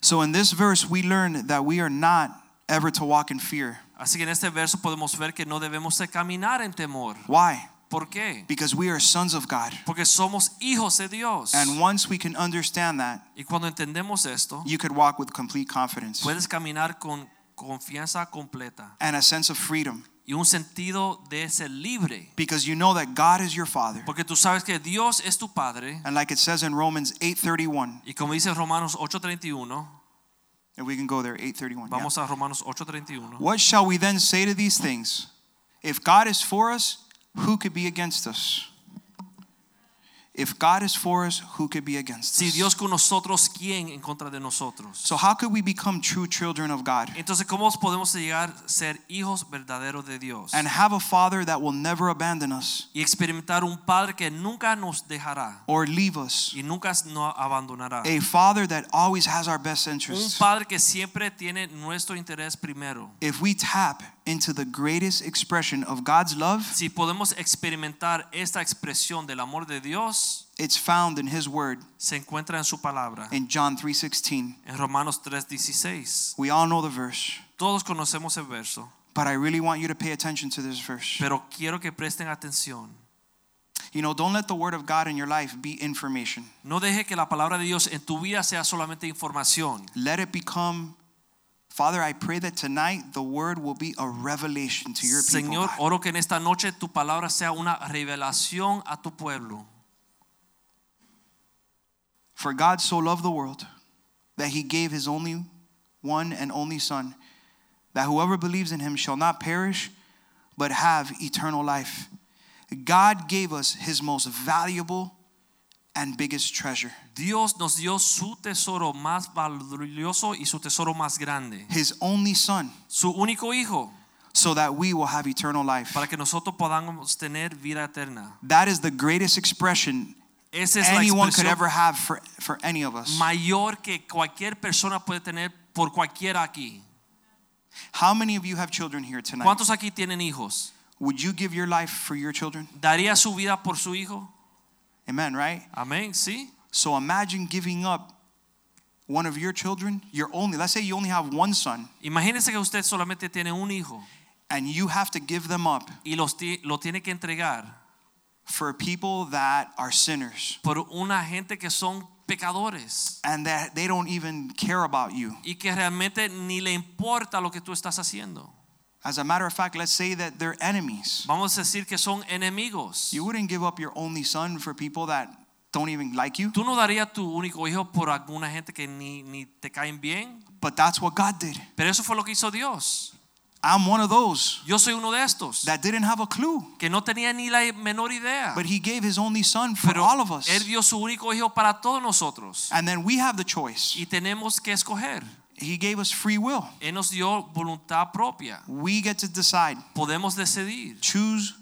Speaker 1: So in this verse, we learn that we are not ever to walk in fear.
Speaker 2: Así que en este verso podemos ver que no debemos de caminar en temor.
Speaker 1: Why?
Speaker 2: ¿Por qué?
Speaker 1: Because we are sons of God.
Speaker 2: Porque somos hijos de Dios.
Speaker 1: And once we can understand that,
Speaker 2: Y cuando entendemos esto,
Speaker 1: you could walk with complete confidence
Speaker 2: puedes caminar con confianza completa
Speaker 1: and a sense of freedom
Speaker 2: y un sentido de ser libre.
Speaker 1: because you know that God is your father.
Speaker 2: Porque tú sabes que Dios es tu Padre.
Speaker 1: And like it says in Romans 8:31,
Speaker 2: Y como dice Romanos 8:31,
Speaker 1: if we can go there 8:31. yeah.
Speaker 2: vamos a Romanos 8:31.
Speaker 1: What shall we then say to these things? If God is for us, who could be against us? If God is for us, who could be against
Speaker 2: Si
Speaker 1: us?
Speaker 2: Dios con nosotros, ¿quién en contra de nosotros?
Speaker 1: So how could we become true children of God
Speaker 2: Entonces, ¿cómo podemos llegar a ser hijos verdaderos de Dios?
Speaker 1: and have a father that will never abandon us
Speaker 2: Y experimentar un Padre que nunca nos dejará
Speaker 1: or leave us?
Speaker 2: y nunca nos abandonará.
Speaker 1: A father that always has our best
Speaker 2: Un
Speaker 1: interests.
Speaker 2: Padre que siempre tiene nuestro interés primero.
Speaker 1: If we tap into the greatest expression of God's love,
Speaker 2: Si podemos experimentar esta expresión del amor de Dios,
Speaker 1: it's found in his word
Speaker 2: se encuentra en su palabra.
Speaker 1: in John 3:16.
Speaker 2: En Romanos 3:16.
Speaker 1: We all know the verse,
Speaker 2: Todos conocemos el verso,
Speaker 1: but I really want you to pay attention to this verse.
Speaker 2: pero quiero que presten atención.
Speaker 1: You know, don't let the word of God in your life be information.
Speaker 2: No deje que la palabra de Dios en tu vida sea solamente información.
Speaker 1: Let it become, Father, I pray that tonight the word will be a revelation to your people.
Speaker 2: Señor,
Speaker 1: God.
Speaker 2: oro que en esta noche tu palabra sea una revelación a tu pueblo.
Speaker 1: For God so loved the world that he gave his only one and only Son, that whoever believes in him shall not perish, but have eternal life. God gave us his most valuable and biggest treasure,
Speaker 2: Dios nos dio su tesoro más valioso y su tesoro más grande,
Speaker 1: his only Son,
Speaker 2: su único hijo,
Speaker 1: so that we will have eternal life.
Speaker 2: para que nosotros podamos tener vida eterna.
Speaker 1: That is the greatest expression
Speaker 2: Esa es la
Speaker 1: anyone could
Speaker 2: expresión
Speaker 1: ever have for, for any of us.
Speaker 2: mayor que cualquier persona puede tener por cualquiera aquí.
Speaker 1: How many of you have children here tonight?
Speaker 2: ¿Cuántos aquí tienen hijos?
Speaker 1: Would you give your life for your children?
Speaker 2: ¿Daría su vida por su hijo?
Speaker 1: Amen, right?
Speaker 2: Amén, sí.
Speaker 1: So imagine giving up one of your children, your only, let's say you only have one son,
Speaker 2: Imagínense que usted solamente tiene un hijo
Speaker 1: and you have to give them up
Speaker 2: y los ti- lo tiene que entregar
Speaker 1: for people that are sinners
Speaker 2: por una gente que son pecadores
Speaker 1: and that they don't even care about you.
Speaker 2: y que realmente ni le importa lo que tú estás haciendo.
Speaker 1: As a matter of fact, let's say that they're enemies.
Speaker 2: Vamos a decir que son enemigos.
Speaker 1: You wouldn't give up your only son for people that don't even like you,
Speaker 2: Tú no darías tu único hijo por alguna gente que ni, ni te caen bien.
Speaker 1: but that's what God did.
Speaker 2: Pero eso fue lo que hizo Dios.
Speaker 1: I'm one of those
Speaker 2: Yo soy uno de estos
Speaker 1: that didn't have a clue,
Speaker 2: que no tenía ni la menor idea.
Speaker 1: but he gave his only son for
Speaker 2: Pero
Speaker 1: all of us.
Speaker 2: Él dio su único hijo para todos nosotros.
Speaker 1: And then we have the choice.
Speaker 2: Y tenemos que escoger.
Speaker 1: He gave us free will.
Speaker 2: Él nos dio voluntad propia.
Speaker 1: We get to decide.
Speaker 2: Podemos decidir.
Speaker 1: Choose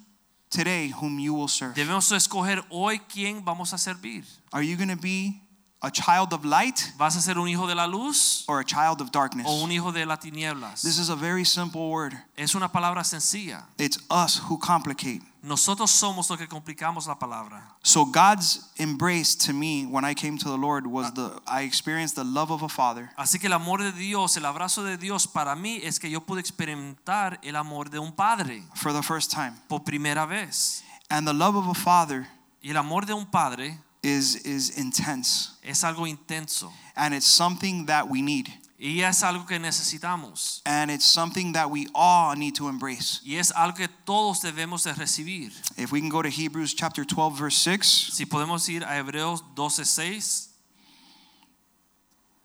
Speaker 1: today whom you will serve.
Speaker 2: Debemos escoger hoy quién vamos a servir.
Speaker 1: Are you going to be a child of light
Speaker 2: ¿Vas a ser un hijo de la luz
Speaker 1: or a child of darkness?
Speaker 2: o un hijo de las tinieblas?
Speaker 1: This is a very simple word.
Speaker 2: Es una palabra sencilla.
Speaker 1: It's us who complicate.
Speaker 2: Nosotros somos los que complicamos la palabra.
Speaker 1: So God's embrace to me when I came to the Lord was the I experienced the love of a father
Speaker 2: Así que el amor de Dios, el abrazo de Dios para mí es que yo pude experimentar el amor de un padre
Speaker 1: for the first time.
Speaker 2: por primera vez.
Speaker 1: And the love of a father
Speaker 2: Y el amor de un padre
Speaker 1: is is intense
Speaker 2: es algo intenso
Speaker 1: and it's something that we need
Speaker 2: y es algo que necesitamos
Speaker 1: and it's something that we all need to embrace.
Speaker 2: y es algo que todos debemos de recibir.
Speaker 1: If we can go to Hebrews chapter 12 verse 6,
Speaker 2: Si podemos ir a Hebreos 12:6,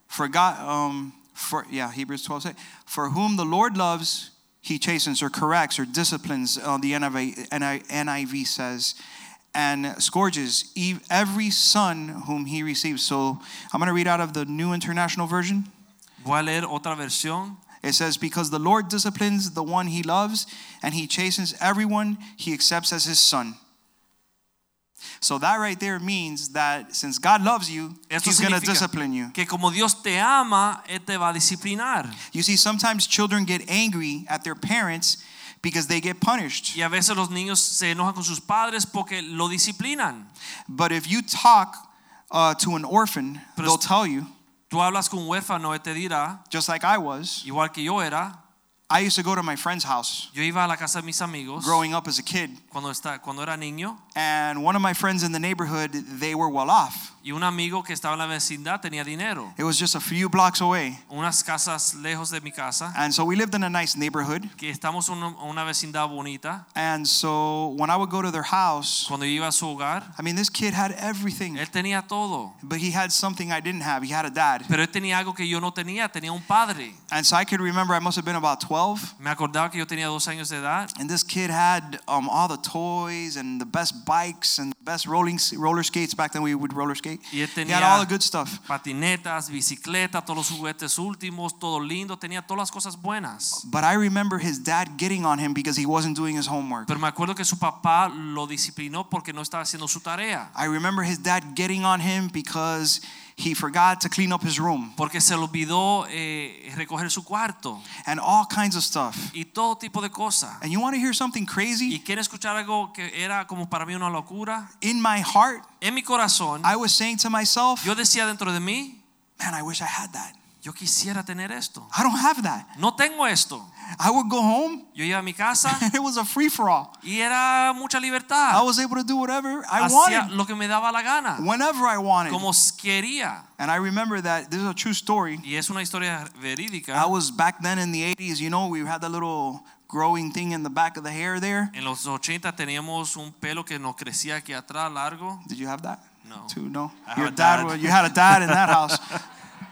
Speaker 1: For God, um, for yeah, Hebrews 12 says, for whom the Lord loves, He chastens or corrects or disciplines, uh, the NIV, NIV says, and scourges ev- every son whom he receives. So I'm going to read out of the New International Version.
Speaker 2: Voy a leer otra versión.
Speaker 1: It says, Because the Lord disciplines the one he loves, and he chastens everyone he accepts as his son. So that right there means that since God loves you,
Speaker 2: Eso
Speaker 1: he's going to
Speaker 2: significa
Speaker 1: discipline you.
Speaker 2: que como Dios te ama, Él te va a disciplinar.
Speaker 1: You see, sometimes children get angry at their parents because they get punished.
Speaker 2: Y a veces los niños se enojan con sus padres porque lo disciplinan.
Speaker 1: But if you talk uh, to an orphan,
Speaker 2: Pero
Speaker 1: they'll
Speaker 2: es-
Speaker 1: tell you,
Speaker 2: Tú hablas con un huérfano, Él te dirá,
Speaker 1: just like I was,
Speaker 2: igual que yo era,
Speaker 1: I used to go to my friend's house
Speaker 2: yo iba a la casa de mis amigos
Speaker 1: growing up as a kid,
Speaker 2: cuando, está, cuando era niño
Speaker 1: and one of my friends in the neighborhood, they were well off.
Speaker 2: y un amigo que estaba en la vecindad tenía dinero.
Speaker 1: It was just a few blocks away.
Speaker 2: Unas casas lejos de mi casa,
Speaker 1: And so we lived in a nice neighborhood.
Speaker 2: que estamos en una- una vecindad bonita.
Speaker 1: And so when I would go to their house,
Speaker 2: Cuando yo iba a su hogar,
Speaker 1: I mean, this kid had everything,
Speaker 2: Él tenía todo.
Speaker 1: but he had something I didn't have. He had a dad.
Speaker 2: Pero él tenía algo que yo no tenía, tenía un padre.
Speaker 1: And so I could remember I must have been about 12.
Speaker 2: Me acordaba que yo tenía dos años de edad
Speaker 1: And this kid had um, all the toys and the best bikes and the best rolling roller skates. Back then we would roller skate.
Speaker 2: Y él
Speaker 1: He had
Speaker 2: tenía-
Speaker 1: all the good stuff.
Speaker 2: patinetas, bicicleta, todos los juguetes últimos, todo lindo, tenía todas las cosas buenas.
Speaker 1: But I remember his dad getting on him because he wasn't doing his homework.
Speaker 2: Pero me acuerdo que su papá lo disciplinó porque no estaba haciendo su tarea,
Speaker 1: I remember his dad getting on him because he forgot to clean up his room
Speaker 2: porque se le olvidó eh, recoger su cuarto
Speaker 1: and all kinds of stuff.
Speaker 2: y todo tipo de cosas.
Speaker 1: And you want to hear something
Speaker 2: Y
Speaker 1: crazy?
Speaker 2: quiere escuchar algo que era como para mí una locura.
Speaker 1: In my heart,
Speaker 2: En mi corazón,
Speaker 1: I was saying to myself,
Speaker 2: yo decía dentro de mí,
Speaker 1: man, I wish I had that.
Speaker 2: yo quisiera tener esto.
Speaker 1: I don't have that.
Speaker 2: No tengo esto.
Speaker 1: I would go home
Speaker 2: Yo iba a mi casa
Speaker 1: and it was a free for all.
Speaker 2: y era mucha
Speaker 1: I
Speaker 2: libertad.
Speaker 1: was able to do whatever I
Speaker 2: Hacía
Speaker 1: wanted,
Speaker 2: lo que me daba la gana,
Speaker 1: whenever I wanted.
Speaker 2: como quería.
Speaker 1: And I remember that this is a true story.
Speaker 2: Y es una historia
Speaker 1: I
Speaker 2: verídica.
Speaker 1: was back then in the 80s, you know, we had that little growing thing in the back of the hair there.
Speaker 2: En los 80 teníamos un pelo que nos crecía aquí atrás largo.
Speaker 1: Did you have that?
Speaker 2: No.
Speaker 1: Too, no.
Speaker 2: I have
Speaker 1: Your
Speaker 2: a
Speaker 1: dad,
Speaker 2: dad.
Speaker 1: was- you had a dad in that house.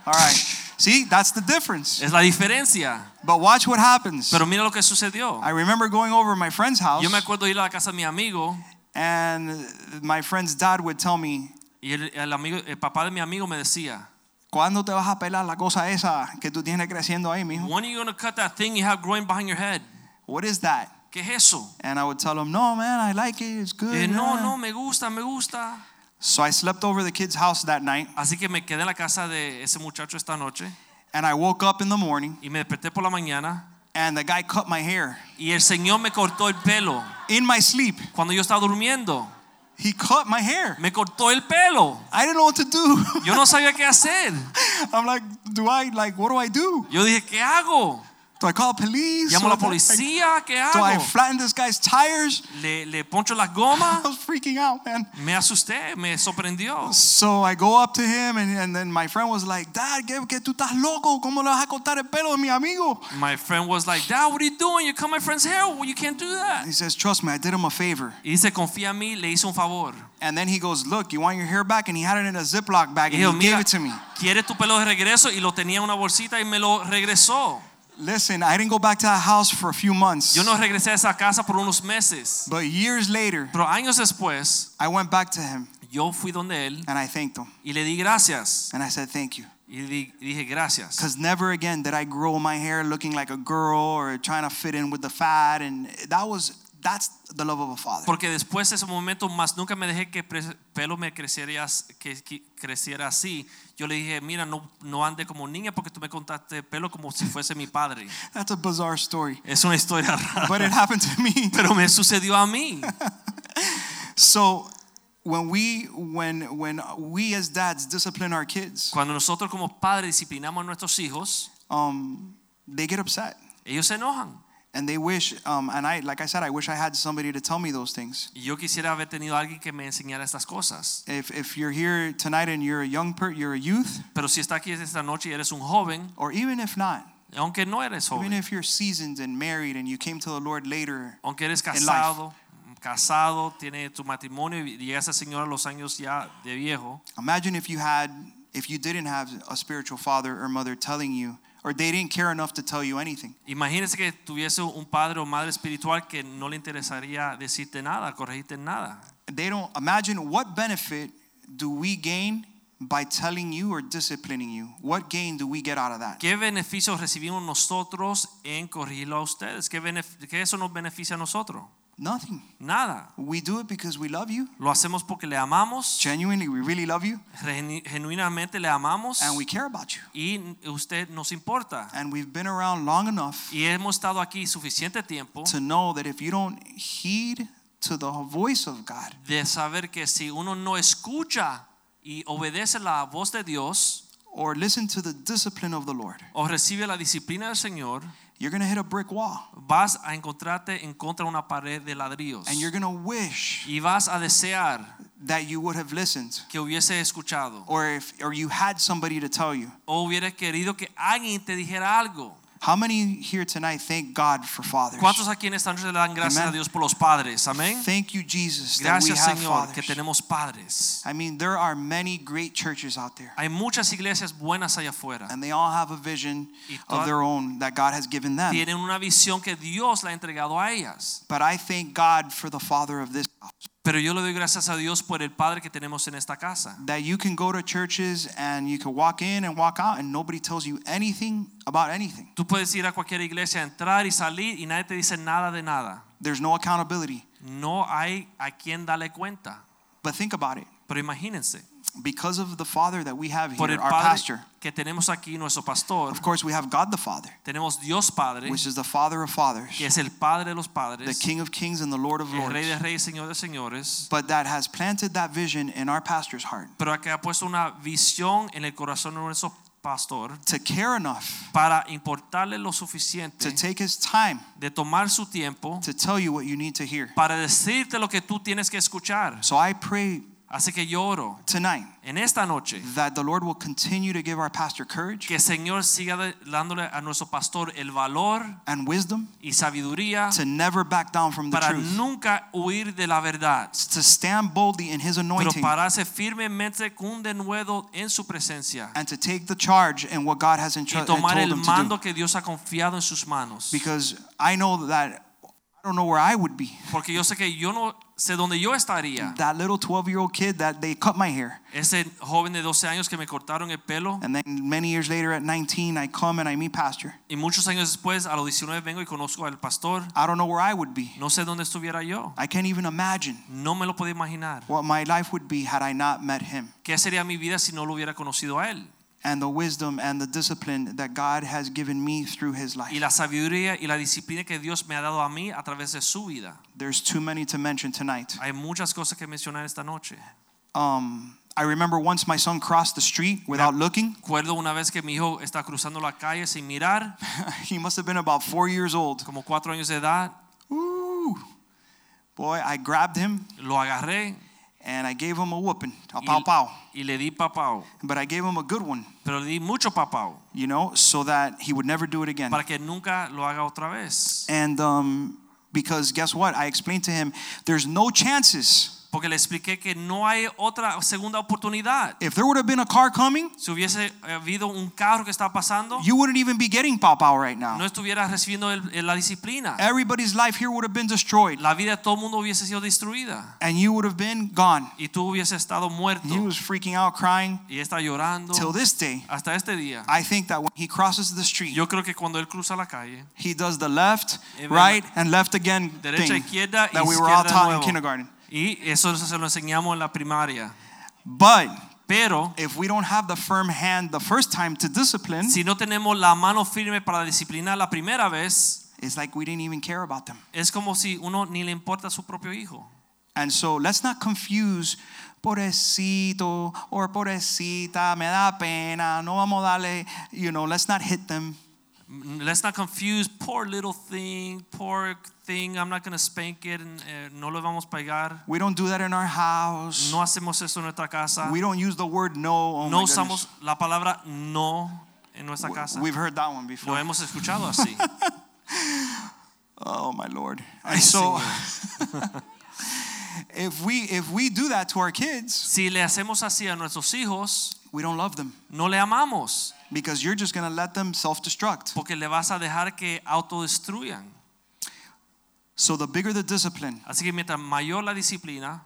Speaker 1: All right. See, that's the difference.
Speaker 2: Es la diferencia.
Speaker 1: But watch what happens.
Speaker 2: Pero mira lo que sucedió.
Speaker 1: I remember going over to my friend's house
Speaker 2: Yo me acuerdo ir a la casa de mi amigo
Speaker 1: and my friend's dad would tell me,
Speaker 2: y el, el amigo, el papá de mi amigo me decía,
Speaker 1: ¿Cuándo te vas a pelar la cosa esa que tú tienes creciendo ahí, mijo?
Speaker 2: "When are you going to cut that thing you have growing behind your head?"
Speaker 1: What is that?
Speaker 2: ¿Qué es eso?
Speaker 1: And I would tell him, no, man, I like it. It's good.
Speaker 2: Y dije, Eh, no,
Speaker 1: yeah."
Speaker 2: no, me gusta, me gusta.
Speaker 1: So I slept over the kid's house that night,
Speaker 2: Así que me quedé en la casa de ese muchacho esta noche
Speaker 1: and I woke up in the morning,
Speaker 2: y me desperté por la mañana
Speaker 1: and the guy cut my hair
Speaker 2: y el Señor me cortó el pelo
Speaker 1: in my sleep.
Speaker 2: cuando yo estaba durmiendo.
Speaker 1: He cut my hair.
Speaker 2: Me cortó el pelo.
Speaker 1: I didn't know what to do.
Speaker 2: Yo no sabía qué hacer.
Speaker 1: I'm like, do I like what do I do?
Speaker 2: Yo dije, ¿qué hago?
Speaker 1: Do I call police?
Speaker 2: Llamo a la
Speaker 1: Do I-
Speaker 2: policía, ¿qué
Speaker 1: Do I
Speaker 2: hago?
Speaker 1: flatten this guy's tires?
Speaker 2: Le, le poncho las
Speaker 1: I
Speaker 2: gomas.
Speaker 1: was freaking out, man.
Speaker 2: Me asusté, me sorprendió.
Speaker 1: So I go up to him, and, and then my friend was like, Dad, que, que tú estás loco? ¿Cómo le vas a cortar el pelo a mi amigo?
Speaker 2: My friend was like, Dad, what are you doing? You cut my friend's hair. Well, you can't do that.
Speaker 1: He says, Trust me, I did him a favor.
Speaker 2: Y dice, confía en mí, le hice un favor.
Speaker 1: And then he goes, Look, you want your hair back? And he had it in a Ziploc bag
Speaker 2: Y
Speaker 1: and he
Speaker 2: dijo,
Speaker 1: gave
Speaker 2: mira,
Speaker 1: it to me.
Speaker 2: ¿quieres tu pelo de regreso? Y lo tenía en una bolsita y me lo regresó.
Speaker 1: Listen, I didn't go back to that house for a few months.
Speaker 2: Yo no regresé a esa casa por unos meses.
Speaker 1: but years later,
Speaker 2: Pero años después,
Speaker 1: I went back to him
Speaker 2: yo fui donde él
Speaker 1: and I thanked him.
Speaker 2: y le di gracias.
Speaker 1: And I said, Thank you.
Speaker 2: Y di- dije, gracias.
Speaker 1: Because never again did I grow my hair looking like a girl or trying to fit in with the fad. And that was, that's the love of a father.
Speaker 2: Porque después de ese momento más nunca me dejé que pre- pelo me creciera, as- que, que creciera así. Yo le dije, mira, no, no ande como niña porque tú me contaste pelo como si fuese mi padre.
Speaker 1: That's a bizarre story.
Speaker 2: Es una historia rara.
Speaker 1: But it happened to me.
Speaker 2: Pero me sucedió a mí.
Speaker 1: So when we, when, when we as dads discipline our kids,
Speaker 2: Cuando nosotros como padres disciplinamos a nuestros hijos,
Speaker 1: um, they get upset.
Speaker 2: ellos se enojan.
Speaker 1: and they wish um, and i like i said i wish i had somebody to tell me those things
Speaker 2: Y yo quisiera haber tenido a alguien que me enseñara estas cosas.
Speaker 1: if, if you're here tonight and you're a young per you're a youth
Speaker 2: Pero si está aquí esta noche y eres un joven,
Speaker 1: or even if not
Speaker 2: aunque no eres
Speaker 1: even
Speaker 2: joven,
Speaker 1: if you're seasoned and married and you came to the lord later
Speaker 2: aunque eres casado, casado, tiene tu matrimonio y llegas al Señor a los años ya de viejo,
Speaker 1: imagine if you had if you didn't have a spiritual father or mother telling you or they didn't care enough to tell you anything.
Speaker 2: Imagínense que tuviese un padre o madre espiritual que no le interesaría decirte nada, corregirte en nada.
Speaker 1: They don't imagine what benefit do we gain by telling you or disciplining you? What gain do we get out of that?
Speaker 2: ¿Qué beneficios recibimos nosotros en corregirlo a ustedes? ¿Qué, benef- qué eso nos beneficia a nosotros?
Speaker 1: Nothing.
Speaker 2: Nada.
Speaker 1: We do it because we love you.
Speaker 2: Lo hacemos porque le amamos,
Speaker 1: Genuinely, we really love you
Speaker 2: genu- genuinamente le amamos
Speaker 1: and we care about you.
Speaker 2: y usted nos importa.
Speaker 1: And we've been around long enough
Speaker 2: Y hemos estado aquí suficiente tiempo
Speaker 1: to know that if you don't heed to the voice of God,
Speaker 2: de saber que si uno no escucha y obedece la voz de Dios
Speaker 1: or listen to the discipline of the Lord,
Speaker 2: o recibe la disciplina del Señor,
Speaker 1: you're going to hit a brick wall
Speaker 2: vas a encontrarte en contra de una pared de ladrillos
Speaker 1: and you're going to wish
Speaker 2: y vas a desear
Speaker 1: that you would have listened
Speaker 2: que hubiese escuchado
Speaker 1: or if or you had somebody to tell you.
Speaker 2: o hubiera querido que alguien te dijera algo.
Speaker 1: How many here tonight thank God for fathers?
Speaker 2: ¿Cuántos aquí en esta noche le dan gracias
Speaker 1: Amen.
Speaker 2: a Dios por los padres? Amén.
Speaker 1: Thank you Jesus that we
Speaker 2: Gracias
Speaker 1: have
Speaker 2: Señor que
Speaker 1: fathers.
Speaker 2: tenemos padres.
Speaker 1: I mean, there are many great churches out there
Speaker 2: Hay muchas iglesias buenas allá afuera.
Speaker 1: and they all have a vision
Speaker 2: Y
Speaker 1: of
Speaker 2: todas-
Speaker 1: their own that God has given them.
Speaker 2: Tienen una visión que Dios le ha entregado a ellas.
Speaker 1: But I thank God for the father of this house
Speaker 2: Pero yo le doy gracias a Dios por el Padre que tenemos en esta casa.
Speaker 1: that you can go to churches and you can walk in and walk out and nobody tells you anything about anything.
Speaker 2: Tú puedes ir a cualquier iglesia, entrar y salir y nadie te dice nada de nada.
Speaker 1: There's no accountability.
Speaker 2: No hay a quien darle cuenta.
Speaker 1: But think about it.
Speaker 2: Pero imagínense,
Speaker 1: Because of the father that we have
Speaker 2: por
Speaker 1: here,
Speaker 2: el
Speaker 1: our
Speaker 2: Padre
Speaker 1: pastor.
Speaker 2: que tenemos aquí, nuestro pastor,
Speaker 1: Of course, we have God the Father,
Speaker 2: tenemos Dios Padre,
Speaker 1: which is the Father of fathers,
Speaker 2: que es el Padre de los
Speaker 1: the
Speaker 2: padres,
Speaker 1: King of kings and the Lord of
Speaker 2: el Rey de
Speaker 1: lords.
Speaker 2: reyes, Señor de señores,
Speaker 1: But that has planted that vision in our pastor's heart
Speaker 2: pero que ha puesto una visión en el corazón de nuestro pastor
Speaker 1: to care enough
Speaker 2: para importarle lo
Speaker 1: to
Speaker 2: suficiente
Speaker 1: take his time
Speaker 2: de tomar su tiempo
Speaker 1: to tell you what you need to hear.
Speaker 2: para decirte lo que tú tienes que escuchar.
Speaker 1: So I pray
Speaker 2: Así que yo oro
Speaker 1: tonight
Speaker 2: en esta noche
Speaker 1: that the Lord will continue to give our pastor courage
Speaker 2: que el Señor siga de- dándole a nuestro pastor el valor
Speaker 1: and wisdom
Speaker 2: y sabiduría
Speaker 1: to never back down from the
Speaker 2: Ah. para
Speaker 1: truth,
Speaker 2: nunca huir de la verdad,
Speaker 1: to stand boldly in his
Speaker 2: pero
Speaker 1: anointing
Speaker 2: pararse firmemente con denuedo en su presencia
Speaker 1: and to take the charge in what God has
Speaker 2: y
Speaker 1: entrusted told
Speaker 2: tomar el
Speaker 1: him to do.
Speaker 2: mando que Dios ha confiado en sus manos.
Speaker 1: Because I know that I don't know where I would be.
Speaker 2: Porque yo sé que yo no sé dónde yo estaría.
Speaker 1: that little 12 year old kid that they cut my hair.
Speaker 2: Ese joven de 12 años que me cortaron el pelo
Speaker 1: And then many years later at 19, I come and I meet Pastor.
Speaker 2: y muchos años después, a los 19 vengo y conozco al pastor.
Speaker 1: I don't know where I would be.
Speaker 2: No sé dónde estuviera yo.
Speaker 1: I can't even imagine
Speaker 2: No me lo podía imaginar.
Speaker 1: what my life would be had I not met him
Speaker 2: ¿Qué sería mi vida si no lo hubiera conocido a él?
Speaker 1: and the wisdom and the discipline that God has given me through his
Speaker 2: y
Speaker 1: life.
Speaker 2: la sabiduría y la disciplina que Dios me ha dado a mí a través de su vida.
Speaker 1: There's too many to mention tonight.
Speaker 2: Hay muchas cosas que mencionar esta noche.
Speaker 1: Um, I remember once my son crossed the street without looking.
Speaker 2: Recuerdo una vez que mi hijo está cruzando la calle sin mirar,
Speaker 1: he must have been about four years old.
Speaker 2: como cuatro años de edad,
Speaker 1: Ooh. Boy, I grabbed him
Speaker 2: lo agarré
Speaker 1: and I gave him a whooping, a
Speaker 2: y,
Speaker 1: pow pow.
Speaker 2: y le di papao,
Speaker 1: But I gave him a good one.
Speaker 2: pero le di mucho papao
Speaker 1: you know, so that he would never do it again.
Speaker 2: para que nunca lo haga otra vez.
Speaker 1: And um, because guess what? I explained to him, there's no chances.
Speaker 2: Porque le expliqué que no hay otra segunda oportunidad.
Speaker 1: If there would have been a car coming,
Speaker 2: Si hubiese habido un carro que estaba pasando,
Speaker 1: you wouldn't even be getting Pau Pau right now.
Speaker 2: no estuviera recibiendo el- el- la disciplina.
Speaker 1: Everybody's life here would have been destroyed,
Speaker 2: La vida de todo el mundo hubiese sido destruida
Speaker 1: and you would have been gone.
Speaker 2: y tú hubiese estado muerto.
Speaker 1: He was freaking out, crying.
Speaker 2: y está llorando
Speaker 1: Till this day,
Speaker 2: hasta este día.
Speaker 1: I think that when he crosses the street,
Speaker 2: Yo creo que cuando él cruza la calle,
Speaker 1: he does the left,
Speaker 2: Amen.
Speaker 1: right, and left again
Speaker 2: Derecha,
Speaker 1: thing
Speaker 2: izquierda,
Speaker 1: that we were all
Speaker 2: izquierda
Speaker 1: taught in
Speaker 2: nuevo.
Speaker 1: kindergarten.
Speaker 2: y eso se lo enseñamos en la primaria,
Speaker 1: But
Speaker 2: pero
Speaker 1: if we don't have the firm hand the first time to discipline,
Speaker 2: si no tenemos la mano firme para disciplinar la primera vez,
Speaker 1: it's like we didn't even care about them.
Speaker 2: es como si uno ni le importa a su propio hijo.
Speaker 1: And so let's not confuse pobrecito or pobrecita, me da pena, no vamos a darle, you know, let's not hit them.
Speaker 2: Let's not confuse poor little thing, poor thing, I'm not going to spank it, and, eh, no lo vamos a pegar.
Speaker 1: We don't do that in our house.
Speaker 2: No hacemos eso en nuestra casa.
Speaker 1: We don't use the word no. Oh
Speaker 2: no
Speaker 1: my
Speaker 2: usamos la palabra no en nuestra
Speaker 1: goodness.
Speaker 2: casa.
Speaker 1: We've heard that one
Speaker 2: Lo
Speaker 1: before.
Speaker 2: hemos escuchado así.
Speaker 1: Oh my lord.
Speaker 2: Ay,
Speaker 1: And so
Speaker 2: Señor.
Speaker 1: if we if we do that to our kids,
Speaker 2: si le hacemos así a nuestros hijos,
Speaker 1: we don't love them.
Speaker 2: no le amamos.
Speaker 1: because you're just going to let them self destruct.
Speaker 2: porque le vas a dejar que autodestruyan.
Speaker 1: So the bigger the discipline,
Speaker 2: Así que mientras mayor la disciplina,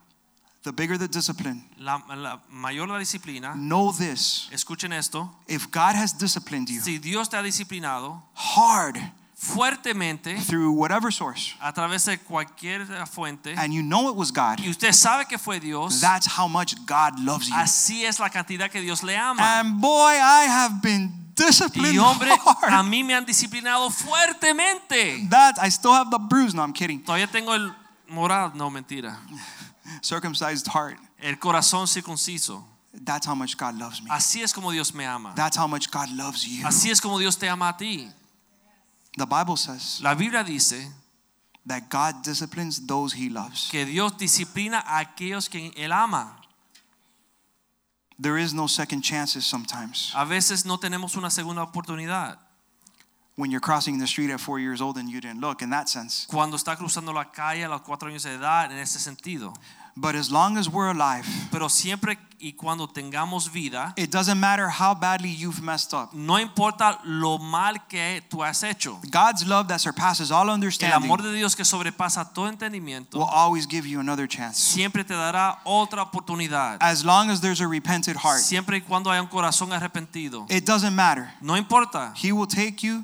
Speaker 1: the bigger the discipline.
Speaker 2: la, la- mayor la disciplina,
Speaker 1: Know this
Speaker 2: escuchen esto,
Speaker 1: if God has disciplined you
Speaker 2: si Dios te ha disciplinado
Speaker 1: hard
Speaker 2: fuertemente
Speaker 1: through whatever source,
Speaker 2: a través de cualquier fuente
Speaker 1: and you know it was God,
Speaker 2: y usted sabe que fue Dios,
Speaker 1: that's how much God loves you.
Speaker 2: así es la cantidad que Dios le ama.
Speaker 1: And boy, I have been disciplined
Speaker 2: Y hombre, a
Speaker 1: hard.
Speaker 2: mí me han disciplinado fuertemente.
Speaker 1: That I still have the bruise. No, I'm kidding.
Speaker 2: Todavía tengo el moral, no mentira,
Speaker 1: Circumcised heart.
Speaker 2: el corazón circunciso.
Speaker 1: That's how much God loves me.
Speaker 2: Así es como Dios me ama.
Speaker 1: That's how much God loves you.
Speaker 2: Así es como Dios te ama a ti.
Speaker 1: The Bible says
Speaker 2: La Biblia dice
Speaker 1: that God disciplines those he loves.
Speaker 2: que Dios disciplina a aquellos que Él ama.
Speaker 1: There is no second chances sometimes.
Speaker 2: A veces no tenemos una segunda oportunidad.
Speaker 1: When you're crossing the street at four years old and you didn't look, in that sense.
Speaker 2: Cuando está cruzando la calle a los cuatro años de edad, en ese sentido.
Speaker 1: But as long as we're alive,
Speaker 2: Pero siempre y cuando tengamos vida,
Speaker 1: it doesn't matter how badly you've messed up.
Speaker 2: no importa lo mal que tú has hecho.
Speaker 1: God's love that surpasses all
Speaker 2: El
Speaker 1: understanding
Speaker 2: amor de Dios que sobrepasa todo
Speaker 1: will
Speaker 2: entendimiento
Speaker 1: always give you another chance.
Speaker 2: siempre te dará otra oportunidad.
Speaker 1: As long as there's a repentant heart,
Speaker 2: Siempre y cuando haya un corazón arrepentido.
Speaker 1: it doesn't matter.
Speaker 2: No importa.
Speaker 1: He will take you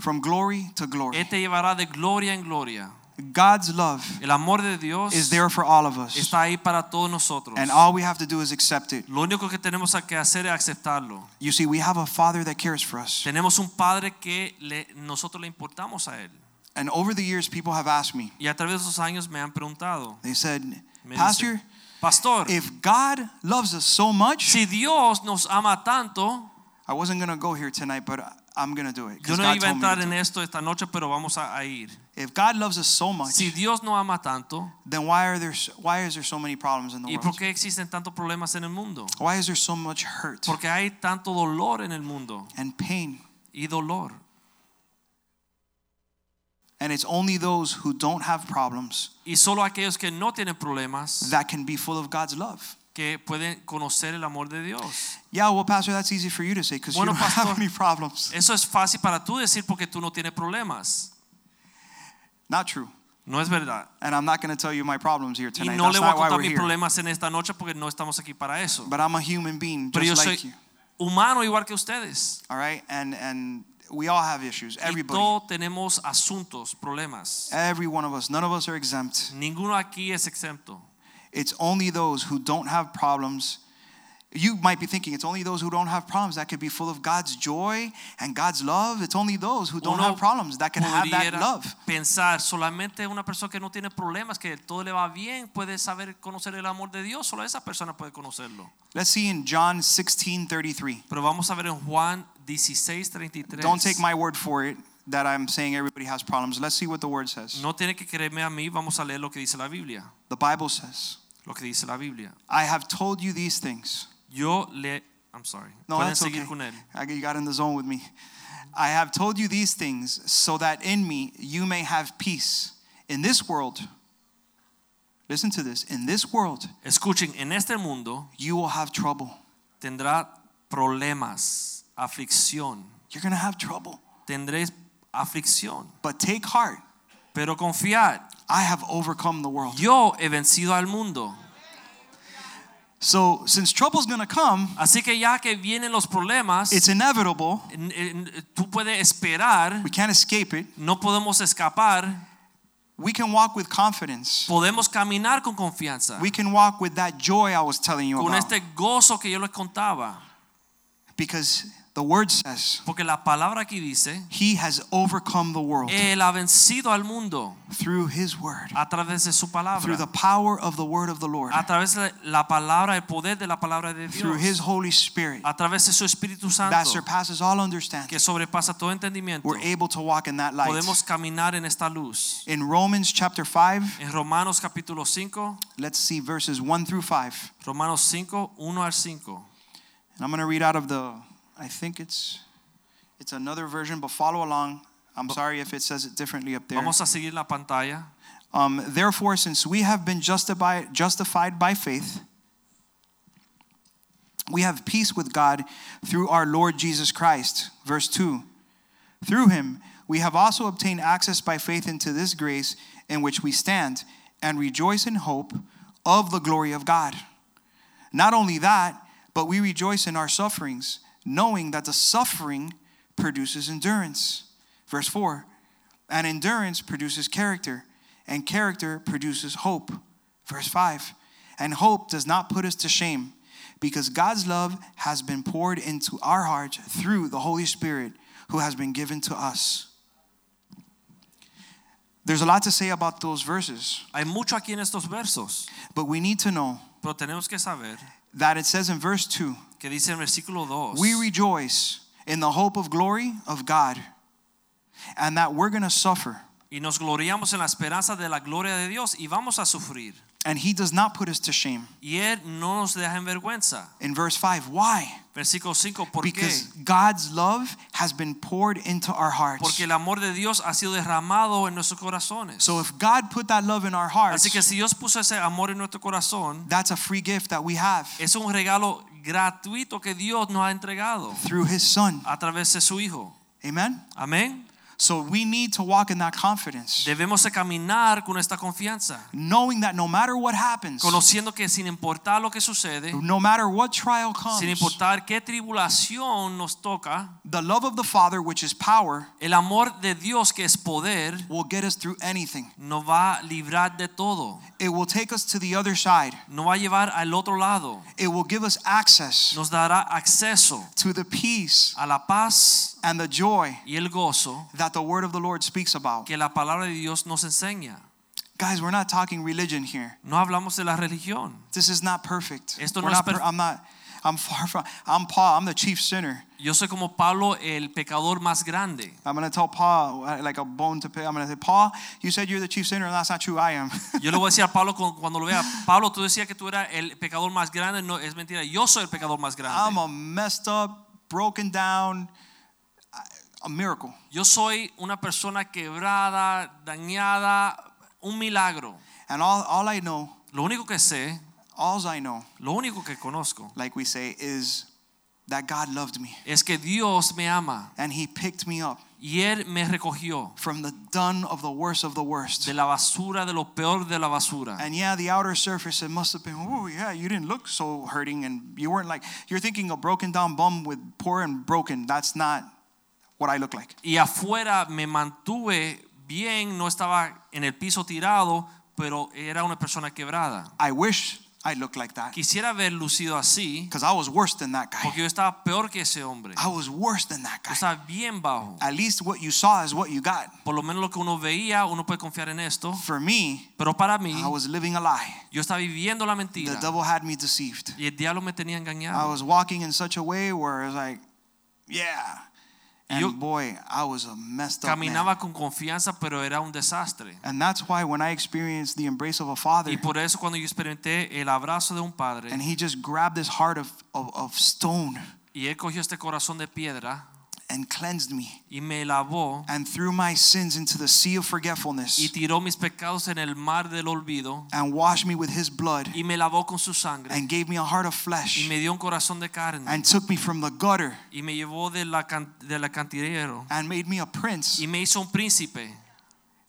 Speaker 1: from glory to
Speaker 2: Él
Speaker 1: glory.
Speaker 2: te llevará de gloria en gloria.
Speaker 1: God's love
Speaker 2: El amor de Dios
Speaker 1: is there for all of us.
Speaker 2: está ahí para todos nosotros.
Speaker 1: And all we have to do is accept it.
Speaker 2: Lo único que tenemos que hacer es aceptarlo.
Speaker 1: You see, we have a Father that cares for us.
Speaker 2: Tenemos un padre que le- nosotros le importamos a él.
Speaker 1: And over the years, people have asked me,
Speaker 2: Y a través de esos años me han preguntado,
Speaker 1: they said,
Speaker 2: Me
Speaker 1: Pastor,
Speaker 2: pastor,
Speaker 1: if God loves us so much,
Speaker 2: si Dios nos ama tanto,
Speaker 1: I wasn't going to go here tonight, but I'm going to do it.
Speaker 2: yo
Speaker 1: Because
Speaker 2: no
Speaker 1: God
Speaker 2: iba a
Speaker 1: told me.
Speaker 2: entrar
Speaker 1: to
Speaker 2: en
Speaker 1: do it.
Speaker 2: esto esta noche, pero vamos a, a ir.
Speaker 1: If God loves us so much,
Speaker 2: Si Dios nos ama tanto,
Speaker 1: then why are there s- why is there so many problems in the
Speaker 2: ¿y
Speaker 1: world?
Speaker 2: por qué existen tantos problemas en el mundo?
Speaker 1: Why is there so much hurt
Speaker 2: Porque hay tanto dolor en el mundo
Speaker 1: and pain?
Speaker 2: y dolor.
Speaker 1: And it's only those who don't have problems
Speaker 2: Y solo aquellos que no tienen problemas
Speaker 1: that can be full of God's love.
Speaker 2: que pueden conocer el amor de Dios.
Speaker 1: Yeah, well, Pastor, that's easy for you to say because
Speaker 2: Bueno,
Speaker 1: you don't have
Speaker 2: pastor.
Speaker 1: any problems.
Speaker 2: Eso es fácil para tú decir porque tú no tienes problemas.
Speaker 1: Not true.
Speaker 2: No es verdad.
Speaker 1: And I'm not going to tell you my problems here
Speaker 2: Y
Speaker 1: tonight.
Speaker 2: no
Speaker 1: That's
Speaker 2: le voy a
Speaker 1: not why
Speaker 2: contar
Speaker 1: we're
Speaker 2: mis
Speaker 1: here.
Speaker 2: problemas en esta noche porque no estamos aquí para eso.
Speaker 1: But I'm a human being,
Speaker 2: Pero yo
Speaker 1: just like you.
Speaker 2: soy humano igual que ustedes.
Speaker 1: All right, and and we all have issues.
Speaker 2: Y
Speaker 1: Everybody,
Speaker 2: todos tenemos asuntos, problemas.
Speaker 1: every one of us. None of us are exempt.
Speaker 2: Ninguno aquí es exento.
Speaker 1: It's only those who don't have problems. You might be thinking it's only those who don't have problems that could be full of God's joy and God's love. It's only those who don't
Speaker 2: Uno
Speaker 1: have problems that can have that
Speaker 2: pudiera
Speaker 1: love.
Speaker 2: Pensar solamente una persona que no tiene problemas, que todo le va bien, puede saber conocer el amor de Dios, solo esa persona puede conocerlo.
Speaker 1: Let's see in John 16, 33.
Speaker 2: Pero vamos a ver en Juan 16:33.
Speaker 1: Don't take my word for it that I'm saying everybody has problems. Let's see what the word says.
Speaker 2: No tiene que creerme a mí, vamos a leer lo que dice la Biblia,
Speaker 1: The Bible says,
Speaker 2: lo que dice la Biblia.
Speaker 1: I have told you these things.
Speaker 2: Yo le I'm sorry.
Speaker 1: No,
Speaker 2: Pueden
Speaker 1: that's
Speaker 2: seguir
Speaker 1: okay.
Speaker 2: con él.
Speaker 1: I, you got in the zone with me. I have told you these things so that in me you may have peace. In this world, listen to this. In this world,
Speaker 2: Escuchen, en este mundo
Speaker 1: you will have trouble.
Speaker 2: tendrá problemas, aflicción.
Speaker 1: You're going to have trouble.
Speaker 2: Tendréis aflicción,
Speaker 1: But take heart.
Speaker 2: pero confiad,
Speaker 1: I have overcome the world.
Speaker 2: yo he vencido al mundo.
Speaker 1: So, since trouble's going to come,
Speaker 2: Así que ya que vienen los problemas,
Speaker 1: it's inevitable.
Speaker 2: en- en- tú puedes esperar,
Speaker 1: We can't escape it.
Speaker 2: no podemos escapar,
Speaker 1: We can walk with confidence.
Speaker 2: podemos caminar con confianza.
Speaker 1: We can walk with that joy I was telling you
Speaker 2: con
Speaker 1: about.
Speaker 2: este gozo que yo les contaba.
Speaker 1: Because the word says,
Speaker 2: Porque la palabra aquí dice,
Speaker 1: He has overcome the world
Speaker 2: Él ha vencido al mundo
Speaker 1: through His word.
Speaker 2: a través de su
Speaker 1: through the
Speaker 2: palabra,
Speaker 1: power of the word of the Lord,
Speaker 2: a través de la palabra, el poder de la palabra de
Speaker 1: through His
Speaker 2: Dios,
Speaker 1: Holy Spirit
Speaker 2: a través de su Espíritu
Speaker 1: that
Speaker 2: Santo,
Speaker 1: surpasses all
Speaker 2: que
Speaker 1: understanding.
Speaker 2: sobrepasa todo entendimiento.
Speaker 1: We're able to walk in that light.
Speaker 2: Podemos caminar en esta luz.
Speaker 1: In Romans chapter 5,
Speaker 2: En Romanos capítulo 5,
Speaker 1: let's see verses 1 through 5.
Speaker 2: Romanos 5, 1 al 5.
Speaker 1: And I'm going to read out of the I think it's it's another version, but follow along. I'm sorry if it says it differently up there.
Speaker 2: Vamos a seguir la pantalla.
Speaker 1: Um, Therefore, since we have been justified, justified by faith, We have peace with God through our Lord Jesus Christ. Verse 2. Through him, we have also obtained access by faith into this grace in which we stand and rejoice in hope of the glory of God. Not only that, but we rejoice in our sufferings, knowing that the suffering produces endurance. Verse 4 And endurance produces character, and character produces hope. Verse 5 And hope does not put us to shame, because God's love has been poured into our hearts through the Holy Spirit who has been given to us. There's a lot to say about those verses,
Speaker 2: Hay mucho aquí en estos versos,
Speaker 1: but we need to know
Speaker 2: pero tenemos que saber
Speaker 1: that it says in verse 2
Speaker 2: que dice en versículo 2,
Speaker 1: we rejoice in the hope of glory of God and that we're going to suffer.
Speaker 2: y nos gloriamos en la esperanza de la gloria de Dios y vamos a sufrir.
Speaker 1: And he does not put us to shame.
Speaker 2: Y Él no nos deja en vergüenza.
Speaker 1: In verse 5, why?
Speaker 2: Versículo 5, ¿por
Speaker 1: Because
Speaker 2: qué?
Speaker 1: God's love has been poured into our hearts.
Speaker 2: Porque el amor de Dios ha sido derramado en nuestros corazones.
Speaker 1: So if God put that love in our hearts,
Speaker 2: Así que si Dios puso ese amor en nuestro corazón,
Speaker 1: that's a free gift that we have
Speaker 2: es un regalo gratuito que Dios nos ha entregado
Speaker 1: through his son.
Speaker 2: a través de su Hijo.
Speaker 1: Amen?
Speaker 2: Amén.
Speaker 1: So we need to walk in that confidence,
Speaker 2: Debemos de caminar con esta confianza,
Speaker 1: knowing that no matter what happens,
Speaker 2: conociendo que sin importar lo que sucede,
Speaker 1: no matter what trial comes,
Speaker 2: sin importar qué tribulación nos toca,
Speaker 1: the love of the Father, which is power,
Speaker 2: el amor de Dios que es poder
Speaker 1: will get us through anything.
Speaker 2: nos va a librar de todo,
Speaker 1: It will take us to the other side.
Speaker 2: nos va a llevar al otro lado,
Speaker 1: It will give us access
Speaker 2: nos dará acceso
Speaker 1: to the peace
Speaker 2: a la paz
Speaker 1: and the joy
Speaker 2: y el gozo
Speaker 1: that the word of the Lord speaks about.
Speaker 2: que la palabra de Dios nos enseña.
Speaker 1: Guys, we're not talking religion here.
Speaker 2: No hablamos de la religión.
Speaker 1: This is not perfect.
Speaker 2: Esto no
Speaker 1: We're
Speaker 2: es
Speaker 1: not per-
Speaker 2: perf-
Speaker 1: I'm not I'm far from I'm Paul, I'm the chief sinner.
Speaker 2: Yo soy como Pablo, el pecador más grande.
Speaker 1: I'm going to tell Paul uh, like a bone to pick. I'm going to say, "Paul, you said you're the chief sinner, and that's not true. I am."
Speaker 2: Yo le voy a decir a Pablo cu- cuando lo vea, Pablo, tú decías que tú eras el pecador más grande, no es mentira, yo soy el pecador más
Speaker 1: I'm
Speaker 2: grande.
Speaker 1: a messed up, broken down uh, a miracle.
Speaker 2: Yo soy una persona quebrada, dañada, un milagro.
Speaker 1: And all all I know,
Speaker 2: Lo único que sé,
Speaker 1: alls I know,
Speaker 2: lo único que conozco
Speaker 1: like we say, is that God loved me
Speaker 2: es que Dios me ama
Speaker 1: and He picked me up
Speaker 2: y él me recogió
Speaker 1: from the dun of the worst of the worst.
Speaker 2: de la basura de lo peor de la basura.
Speaker 1: And yeah, the outer surface, it must have been, oh, yeah, you didn't look so hurting. And you weren't like, you're thinking a broken down bum with poor and broken. That's not what I look like.
Speaker 2: y afuera me mantuve bien, no estaba en el piso tirado, pero era una persona quebrada.
Speaker 1: I wish I looked like that
Speaker 2: Quisiera haber lucido así,
Speaker 1: because I was worse than that guy.
Speaker 2: porque yo estaba peor que ese hombre.
Speaker 1: I was worse than that
Speaker 2: Yo
Speaker 1: guy.
Speaker 2: estaba bien bajo.
Speaker 1: At least what you saw is what you got.
Speaker 2: Por lo menos lo que uno veía, uno puede confiar en esto.
Speaker 1: For me,
Speaker 2: Pero para mí,
Speaker 1: I was living a lie.
Speaker 2: yo estaba viviendo la
Speaker 1: Ah, The Ah,
Speaker 2: mentira
Speaker 1: devil had me deceived.
Speaker 2: y el diablo me tenía
Speaker 1: I
Speaker 2: engañado.
Speaker 1: was walking in such a way where it was like, yeah. And
Speaker 2: Yo-
Speaker 1: boy, I was a messed up man.
Speaker 2: Caminaba con confianza, pero era un desastre.
Speaker 1: And that's why when I experienced the embrace of a father,
Speaker 2: Y por eso cuando yo experimenté el abrazo de un
Speaker 1: and
Speaker 2: padre
Speaker 1: he just grabbed this heart of, of, of stone
Speaker 2: y él cogió este corazón de piedra
Speaker 1: and cleansed me
Speaker 2: y me lavó
Speaker 1: and threw my sins into the sea of
Speaker 2: y
Speaker 1: forgetfulness
Speaker 2: tiró mis pecados en el mar del olvido
Speaker 1: and washed me with his blood
Speaker 2: y me lavó con su sangre
Speaker 1: and gave me a heart of
Speaker 2: y
Speaker 1: flesh
Speaker 2: me dio un corazón de carne
Speaker 1: and took me from the gutter
Speaker 2: y me llevó de la can- del acantilero
Speaker 1: and made me a prince
Speaker 2: y me hizo un príncipe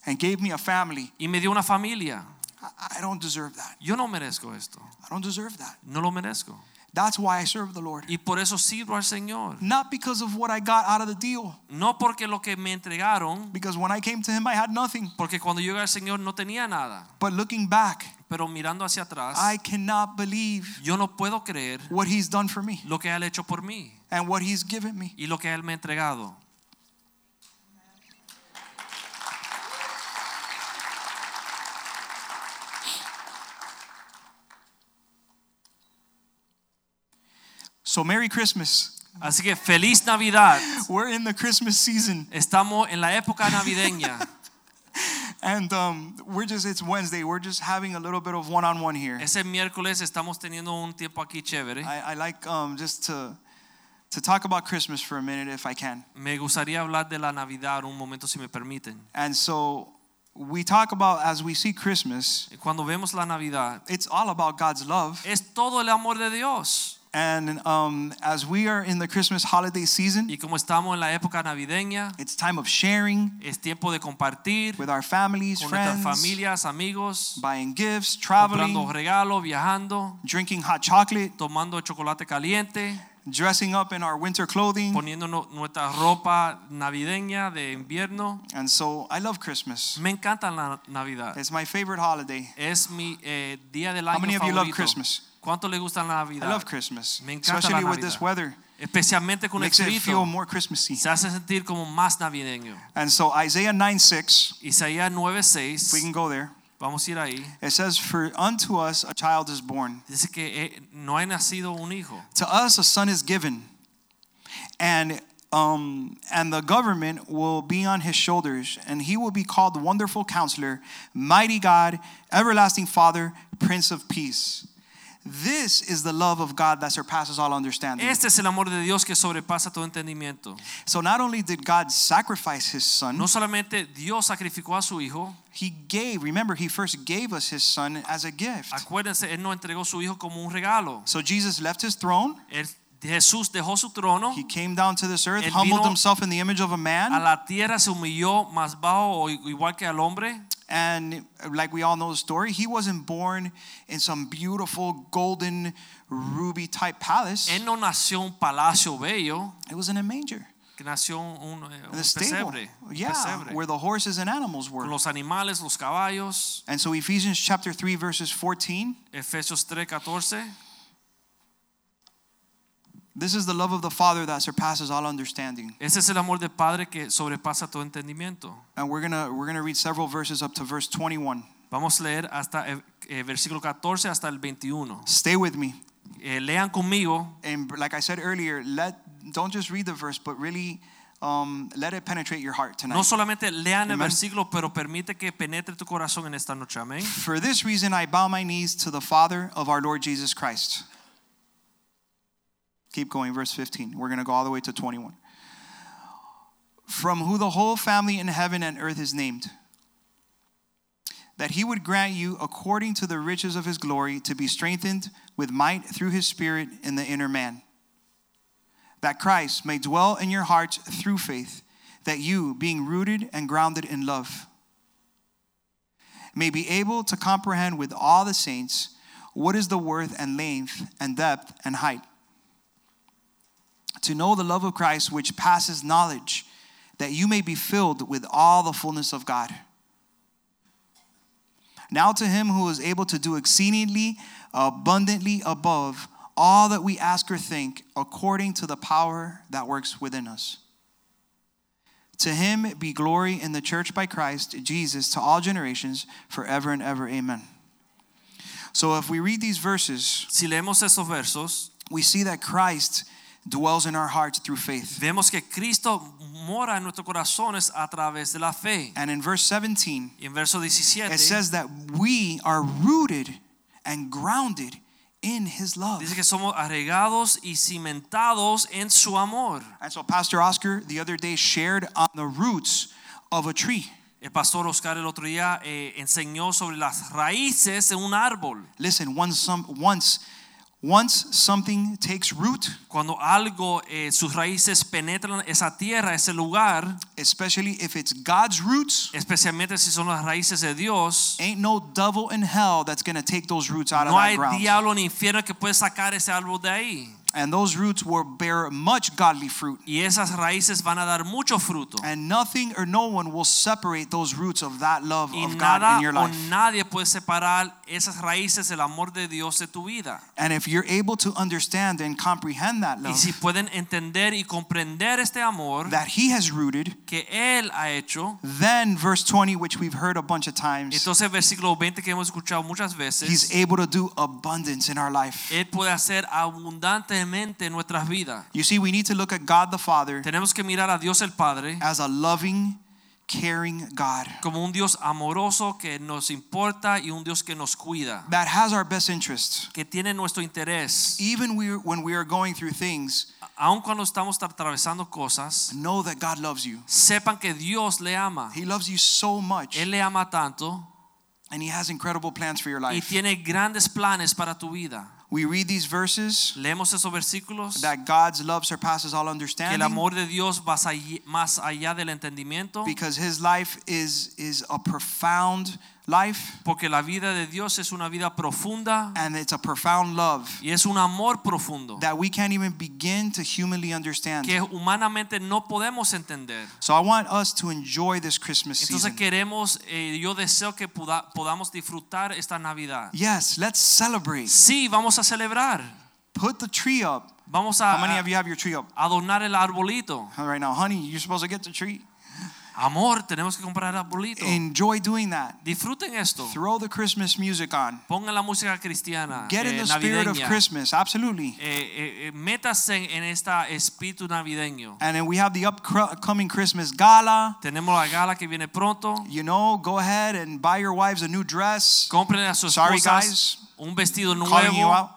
Speaker 1: and gave me a family.
Speaker 2: y me dio una familia.
Speaker 1: I, I don't deserve that.
Speaker 2: Yo no merezco esto,
Speaker 1: I don't deserve that.
Speaker 2: no lo merezco.
Speaker 1: That's why I serve the Lord.
Speaker 2: Y por eso sirvo al Señor.
Speaker 1: Not because of what I got out of the deal,
Speaker 2: No porque lo que me entregaron,
Speaker 1: because when I came to him, I had nothing.
Speaker 2: porque cuando yo llegué al Señor no tenía nada.
Speaker 1: But looking back,
Speaker 2: Pero mirando hacia atrás,
Speaker 1: I cannot believe
Speaker 2: yo no puedo creer
Speaker 1: what he's done for me
Speaker 2: lo que Él ha hecho por mí
Speaker 1: and what he's given me.
Speaker 2: y lo que Él me ha entregado.
Speaker 1: So, Merry Christmas.
Speaker 2: Así que feliz Navidad.
Speaker 1: We're in the Christmas season,
Speaker 2: Estamos en la época navideña.
Speaker 1: and um, we're just—it's Wednesday. We're just having a little bit of one-on-one here.
Speaker 2: Ese miércoles estamos teniendo un tiempo aquí chévere.
Speaker 1: I, I like um, just to to talk about Christmas for a minute, if I can.
Speaker 2: Me gustaría hablar de la Navidad un momento si me permiten.
Speaker 1: And so we talk about as we see Christmas,
Speaker 2: Cuando vemos la Navidad,
Speaker 1: it's all about God's love
Speaker 2: es todo el amor de Dios
Speaker 1: And um, as we are in the Christmas holiday season,
Speaker 2: Y como estamos en la época navideña,
Speaker 1: it's time of sharing
Speaker 2: es tiempo de compartir
Speaker 1: with our families,
Speaker 2: con nuestras
Speaker 1: friends,
Speaker 2: familias, amigos,
Speaker 1: buying gifts,
Speaker 2: comprando
Speaker 1: traveling,
Speaker 2: regalos, viajando,
Speaker 1: drinking hot chocolate,
Speaker 2: tomando chocolate caliente,
Speaker 1: dressing up in our winter clothing.
Speaker 2: poniéndonos nuestra ropa navideña de invierno.
Speaker 1: And so I love Christmas.
Speaker 2: Me encanta la Navidad.
Speaker 1: It's my favorite holiday.
Speaker 2: Es mi eh, día del
Speaker 1: How
Speaker 2: Mm. año
Speaker 1: many of you love
Speaker 2: favorito.
Speaker 1: Christmas?
Speaker 2: ¿Cuánto le gusta la Navidad?
Speaker 1: I love Christmas,
Speaker 2: Me encanta la
Speaker 1: especially with this
Speaker 2: Navidad.
Speaker 1: weather.
Speaker 2: Especialmente con el
Speaker 1: Makes it feel
Speaker 2: frío,
Speaker 1: more Christmassy.
Speaker 2: se hace sentir como más navideño.
Speaker 1: And so Isaiah 9 6,
Speaker 2: Isaías
Speaker 1: if we
Speaker 2: 9:6,
Speaker 1: can go there,
Speaker 2: vamos a ir ahí.
Speaker 1: it says, For unto us a child is born,
Speaker 2: Dice que eh, no ha nacido un hijo.
Speaker 1: to us a son is given, and um, and the government will be on his shoulders, and he will be called Wonderful Counselor, Mighty God, Everlasting Father, Prince of Peace. This is the love of God that surpasses all understanding.
Speaker 2: Este es el amor de Dios que sobrepasa todo entendimiento.
Speaker 1: So not only did God sacrifice his son,
Speaker 2: No solamente Dios sacrificó a su hijo,
Speaker 1: he gave, remember, he first gave us his son as a gift.
Speaker 2: acuérdense, él no entregó su hijo como un regalo.
Speaker 1: So Jesus left his throne,
Speaker 2: Él- Jesús dejó su trono
Speaker 1: he came down to this earth,
Speaker 2: Él
Speaker 1: humbled
Speaker 2: vino
Speaker 1: himself in the image of a
Speaker 2: a
Speaker 1: man,
Speaker 2: la tierra, se humilló más bajo o igual que al hombre.
Speaker 1: and like we all know the story, he wasn't born in some beautiful golden ruby type palace.
Speaker 2: Él no nació en un palacio bello,
Speaker 1: It was in a manger,
Speaker 2: que nació en un, eh, un
Speaker 1: in a stable.
Speaker 2: pesebre, un
Speaker 1: Yeah,
Speaker 2: pesebre,
Speaker 1: where the horses and animals
Speaker 2: con
Speaker 1: were.
Speaker 2: los animales, los caballos.
Speaker 1: And so Ephesians chapter 3 verses 14,
Speaker 2: Efesios 3:14.
Speaker 1: this is the love of the Father that surpasses all understanding.
Speaker 2: Ese es el amor del Padre que sobrepasa todo entendimiento.
Speaker 1: And we're going to we're going to read several verses up to verse 21.
Speaker 2: Vamos a leer hasta el eh, versículo 14 hasta el 21.
Speaker 1: Stay with me.
Speaker 2: Eh, lean conmigo.
Speaker 1: and like I said earlier, let don't just read the verse, but really um, let it penetrate your heart tonight.
Speaker 2: No solamente lean el
Speaker 1: Amén.
Speaker 2: versículo, pero permite que penetre tu corazón en esta noche. Amén.
Speaker 1: For this reason, I bow my knees to the Father of our Lord Jesus Christ. Keep going, verse 15. We're going to go all the way to 21. From who the whole family in heaven and earth is named, that he would grant you, according to the riches of his glory, to be strengthened with might through his Spirit in the inner man, that Christ may dwell in your hearts through faith, that you, being rooted and grounded in love, may be able to comprehend with all the saints what is the worth and length and depth and height. To know the love of Christ which passes knowledge, that you may be filled with all the fullness of God. Now to him who is able to do exceedingly abundantly above all that we ask or think, according to the power that works within us. To him be glory in the church by Christ Jesus to all generations forever and ever. Amen. So if we read these verses,
Speaker 2: Si leemos esos versos,
Speaker 1: we see that Christ dwells in our hearts through faith.
Speaker 2: vemos que Cristo mora en nuestros corazones a través de la fe.
Speaker 1: And in verse 17,
Speaker 2: Y en verso
Speaker 1: it
Speaker 2: 17
Speaker 1: says that we are rooted and grounded in his love.
Speaker 2: dice que somos arraigados y cimentados en su amor.
Speaker 1: And so Pastor Oscar the other day shared on the roots of a tree.
Speaker 2: El pastor Oscar el otro día eh, enseñó sobre las raíces de un árbol.
Speaker 1: Listen, once some, once once something takes root,
Speaker 2: Cuando algo, eh, sus raíces penetran esa tierra, ese lugar,
Speaker 1: especially if it's God's roots,
Speaker 2: especialmente si son las raíces de Dios,
Speaker 1: Ain't no devil in hell that's going to take those roots out of
Speaker 2: no
Speaker 1: that
Speaker 2: hay
Speaker 1: ground.
Speaker 2: diablo ni infierno que puede sacar ese árbol de ahí.
Speaker 1: And those roots will bear much godly fruit.
Speaker 2: Y esas raíces van a dar mucho fruto.
Speaker 1: And nothing or no one will separate those roots of that love
Speaker 2: Y
Speaker 1: of God
Speaker 2: nada
Speaker 1: in your
Speaker 2: o
Speaker 1: life.
Speaker 2: nadie puede separar esas raíces del amor de Dios de tu vida.
Speaker 1: And if you're able to understand and comprehend that
Speaker 2: Y
Speaker 1: love
Speaker 2: si pueden entender y comprender este amor
Speaker 1: that He has rooted,
Speaker 2: que Él ha hecho,
Speaker 1: then verse 20, which we've heard a bunch of times,
Speaker 2: entonces versículo 20 que hemos escuchado muchas
Speaker 1: He's
Speaker 2: veces,
Speaker 1: able to do abundance in our life.
Speaker 2: Él puede hacer abundantemente en nuestras vidas.
Speaker 1: You see, we need to look at God the Father
Speaker 2: Tenemos que mirar a Dios el Padre
Speaker 1: as a loving, caring God
Speaker 2: como un Dios amoroso que nos importa y un Dios que nos cuida,
Speaker 1: that has our best interests.
Speaker 2: que tiene nuestro interés.
Speaker 1: Even we, when we are going through things
Speaker 2: Aun cuando estamos atravesando cosas,
Speaker 1: know that God loves you.
Speaker 2: sepan que Dios le ama.
Speaker 1: He loves you so much,
Speaker 2: Él le ama tanto
Speaker 1: and He has incredible plans for your
Speaker 2: y
Speaker 1: life.
Speaker 2: tiene grandes planes para tu vida.
Speaker 1: We read these verses
Speaker 2: Leemos esos versículos
Speaker 1: that God's love surpasses all
Speaker 2: que el
Speaker 1: understanding
Speaker 2: amor de Dios va más allí- más allá del entendimiento
Speaker 1: because his life is is a profound life
Speaker 2: porque la vida de Dios es una vida profunda
Speaker 1: and it's a profound love
Speaker 2: y es un amor profundo
Speaker 1: that we can't even begin to humanly understand.
Speaker 2: que humanamente no podemos entender.
Speaker 1: So I want us to enjoy this Christmas
Speaker 2: Entonces
Speaker 1: season.
Speaker 2: queremos, eh, yo deseo que poda- podamos disfrutar esta Navidad.
Speaker 1: Yes, let's celebrate.
Speaker 2: Sí, vamos a celebrar.
Speaker 1: Put the tree up.
Speaker 2: Vamos a,
Speaker 1: How many of you have your tree up
Speaker 2: a adornar el arbolito.
Speaker 1: right now? Honey, you're supposed to get the tree.
Speaker 2: Amor, tenemos que comprar el arbolito.
Speaker 1: Enjoy doing that.
Speaker 2: Disfruten esto.
Speaker 1: Throw the Christmas music on.
Speaker 2: Pongan la música cristiana,
Speaker 1: Get in
Speaker 2: eh,
Speaker 1: the spirit of
Speaker 2: navideña.
Speaker 1: Christmas. Absolutely.
Speaker 2: Eh, eh, eh, métase en, en este espíritu navideño.
Speaker 1: And then we have the upcoming Christmas gala.
Speaker 2: Tenemos la gala que viene pronto.
Speaker 1: You know, go ahead and buy your wives a new dress.
Speaker 2: Compren a sus
Speaker 1: Sorry,
Speaker 2: esposas
Speaker 1: guys.
Speaker 2: un vestido
Speaker 1: Calling you
Speaker 2: nuevo.
Speaker 1: out.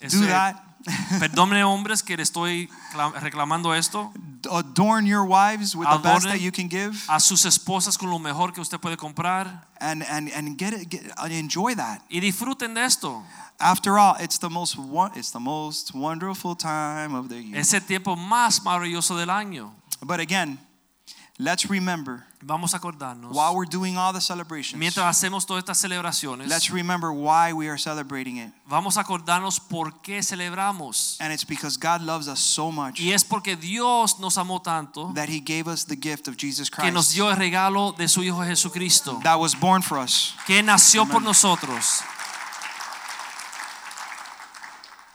Speaker 1: Do
Speaker 2: Este,
Speaker 1: that.
Speaker 2: Perdónenme hombres que le estoy cla- reclamando esto.
Speaker 1: Adorn your wives with the best
Speaker 2: Adornen.
Speaker 1: that you can give.
Speaker 2: A sus esposas con lo mejor que usted puede comprar.
Speaker 1: And, and, and get it, get, and enjoy that.
Speaker 2: Y disfruten de esto.
Speaker 1: After all, it's the most won- it's the most wonderful time of the year.
Speaker 2: Ese tiempo más maravilloso del año.
Speaker 1: But again, let's remember
Speaker 2: Vamos a acordarnos.
Speaker 1: while we're doing all the celebrations.
Speaker 2: Mientras hacemos todas estas celebraciones,
Speaker 1: Let's remember why we are celebrating it.
Speaker 2: vamos a acordarnos por qué celebramos.
Speaker 1: And it's because God loves us so much
Speaker 2: Y es porque Dios nos amó tanto
Speaker 1: that he gave us the gift of Jesus
Speaker 2: que nos
Speaker 1: Christ
Speaker 2: dio el regalo de su Hijo Jesucristo,
Speaker 1: that was born for us.
Speaker 2: que nació por nosotros.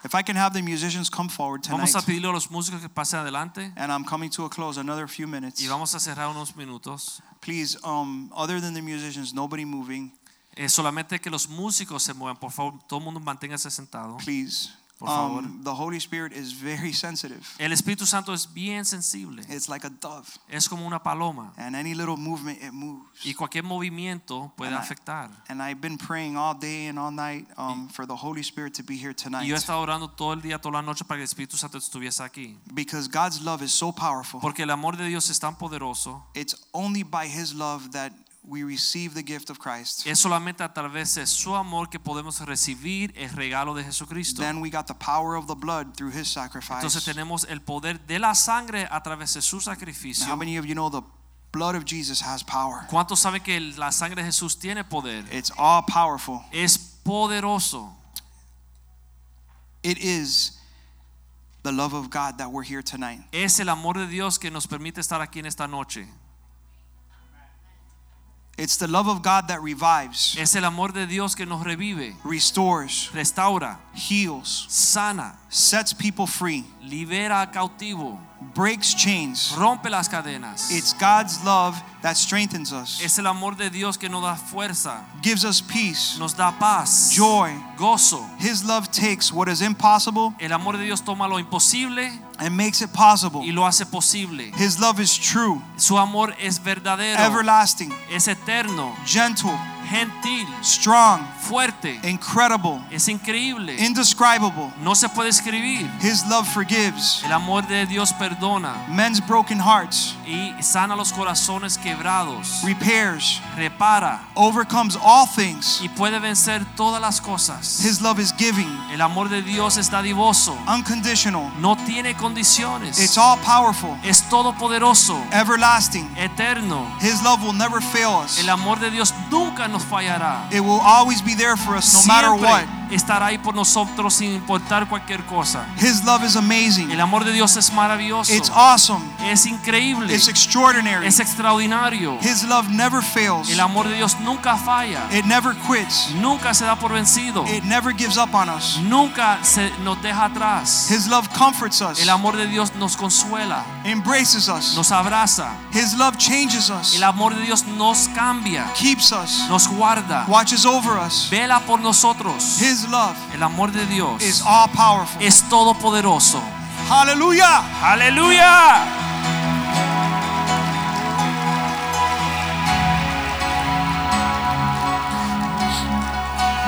Speaker 1: If I can have the musicians come forward tonight.
Speaker 2: Vamos a pedirle a los músicos que pasen adelante
Speaker 1: And I'm coming to a close another few minutes.
Speaker 2: y vamos a cerrar unos minutos.
Speaker 1: Please um other than the musicians, nobody moving,
Speaker 2: Eh, solamente que los músicos se muevan, por favor, todo el mundo manténgase sentado.
Speaker 1: please.
Speaker 2: Por favor.
Speaker 1: Um, the Holy Spirit is very sensitive.
Speaker 2: El Espíritu Santo es bien sensible,
Speaker 1: It's like a dove.
Speaker 2: es como una paloma
Speaker 1: And any little movement, it moves.
Speaker 2: y cualquier movimiento puede
Speaker 1: Ana.
Speaker 2: afectar.
Speaker 1: And I've been praying all day and all night um, for the Holy Spirit to be here
Speaker 2: Y yo he
Speaker 1: tonight.
Speaker 2: estado orando todo el día, toda la noche para que el Espíritu Santo estuviese aquí.
Speaker 1: Because God's love is so powerful.
Speaker 2: Porque el amor de Dios es tan poderoso.
Speaker 1: It's only by His love that we receive the gift of Christ.
Speaker 2: Es solamente a través de su amor que podemos recibir el regalo de Jesucristo.
Speaker 1: Then we got the power of the blood through His
Speaker 2: Entonces
Speaker 1: sacrifice. And
Speaker 2: tenemos el poder de la sangre a través de su
Speaker 1: How
Speaker 2: sacrificio.
Speaker 1: many of you know the blood of Jesus has power?
Speaker 2: ¿Cuántos saben que el- la sangre de Jesús tiene poder?
Speaker 1: It's all powerful.
Speaker 2: Es poderoso.
Speaker 1: It is the love of God that we're here tonight.
Speaker 2: Es el amor de Dios que nos permite estar aquí en esta noche.
Speaker 1: It's the love of God that revives,
Speaker 2: Es el amor de Dios que nos revive,
Speaker 1: restores,
Speaker 2: restaura,
Speaker 1: heals,
Speaker 2: sana,
Speaker 1: sets people free,
Speaker 2: libera al cautivo,
Speaker 1: breaks chains.
Speaker 2: rompe las cadenas.
Speaker 1: It's God's love that strengthens us,
Speaker 2: Es el amor de Dios que nos da fuerza,
Speaker 1: gives us peace,
Speaker 2: nos da paz,
Speaker 1: joy.
Speaker 2: gozo.
Speaker 1: His love takes what is impossible
Speaker 2: El amor de Dios toma lo imposible
Speaker 1: and makes it possible.
Speaker 2: y lo hace posible.
Speaker 1: His love is true,
Speaker 2: Su amor es verdadero,
Speaker 1: everlasting,
Speaker 2: es eterno,
Speaker 1: gentle,
Speaker 2: gentil,
Speaker 1: strong,
Speaker 2: fuerte,
Speaker 1: incredible,
Speaker 2: es increíble.
Speaker 1: indescribable.
Speaker 2: no se puede escribir.
Speaker 1: His love forgives
Speaker 2: El amor de Dios perdona
Speaker 1: men's broken hearts,
Speaker 2: y sana los corazones quebrados,
Speaker 1: repairs,
Speaker 2: repara
Speaker 1: overcomes all things.
Speaker 2: y puede vencer todas las cosas.
Speaker 1: His love is giving,
Speaker 2: El amor de Dios es dadivoso,
Speaker 1: unconditional.
Speaker 2: no tiene condiciones.
Speaker 1: It's all powerful,
Speaker 2: es todopoderoso,
Speaker 1: everlasting.
Speaker 2: eterno.
Speaker 1: His love will never fail us.
Speaker 2: El amor de Dios nunca nos fallará.
Speaker 1: It will always be there for us no matter what.
Speaker 2: Siempre estará ahí por nosotros sin importar cualquier cosa.
Speaker 1: His love is amazing.
Speaker 2: El amor de Dios es maravilloso,
Speaker 1: It's awesome.
Speaker 2: es increíble,
Speaker 1: It's extraordinary.
Speaker 2: es extraordinario.
Speaker 1: His love never fails.
Speaker 2: El amor de Dios nunca falla,
Speaker 1: It never quits.
Speaker 2: nunca se da por vencido,
Speaker 1: It never gives up on us.
Speaker 2: nunca se nos deja atrás.
Speaker 1: His love comforts us,
Speaker 2: El amor de Dios nos consuela,
Speaker 1: embraces us.
Speaker 2: nos abraza.
Speaker 1: His love changes us,
Speaker 2: El amor de Dios nos cambia,
Speaker 1: keeps us,
Speaker 2: nos guarda,
Speaker 1: watches over us.
Speaker 2: vela por nosotros.
Speaker 1: His love
Speaker 2: El amor de Dios
Speaker 1: is all powerful.
Speaker 2: es todopoderoso.
Speaker 1: Hallelujah!
Speaker 2: Aleluya.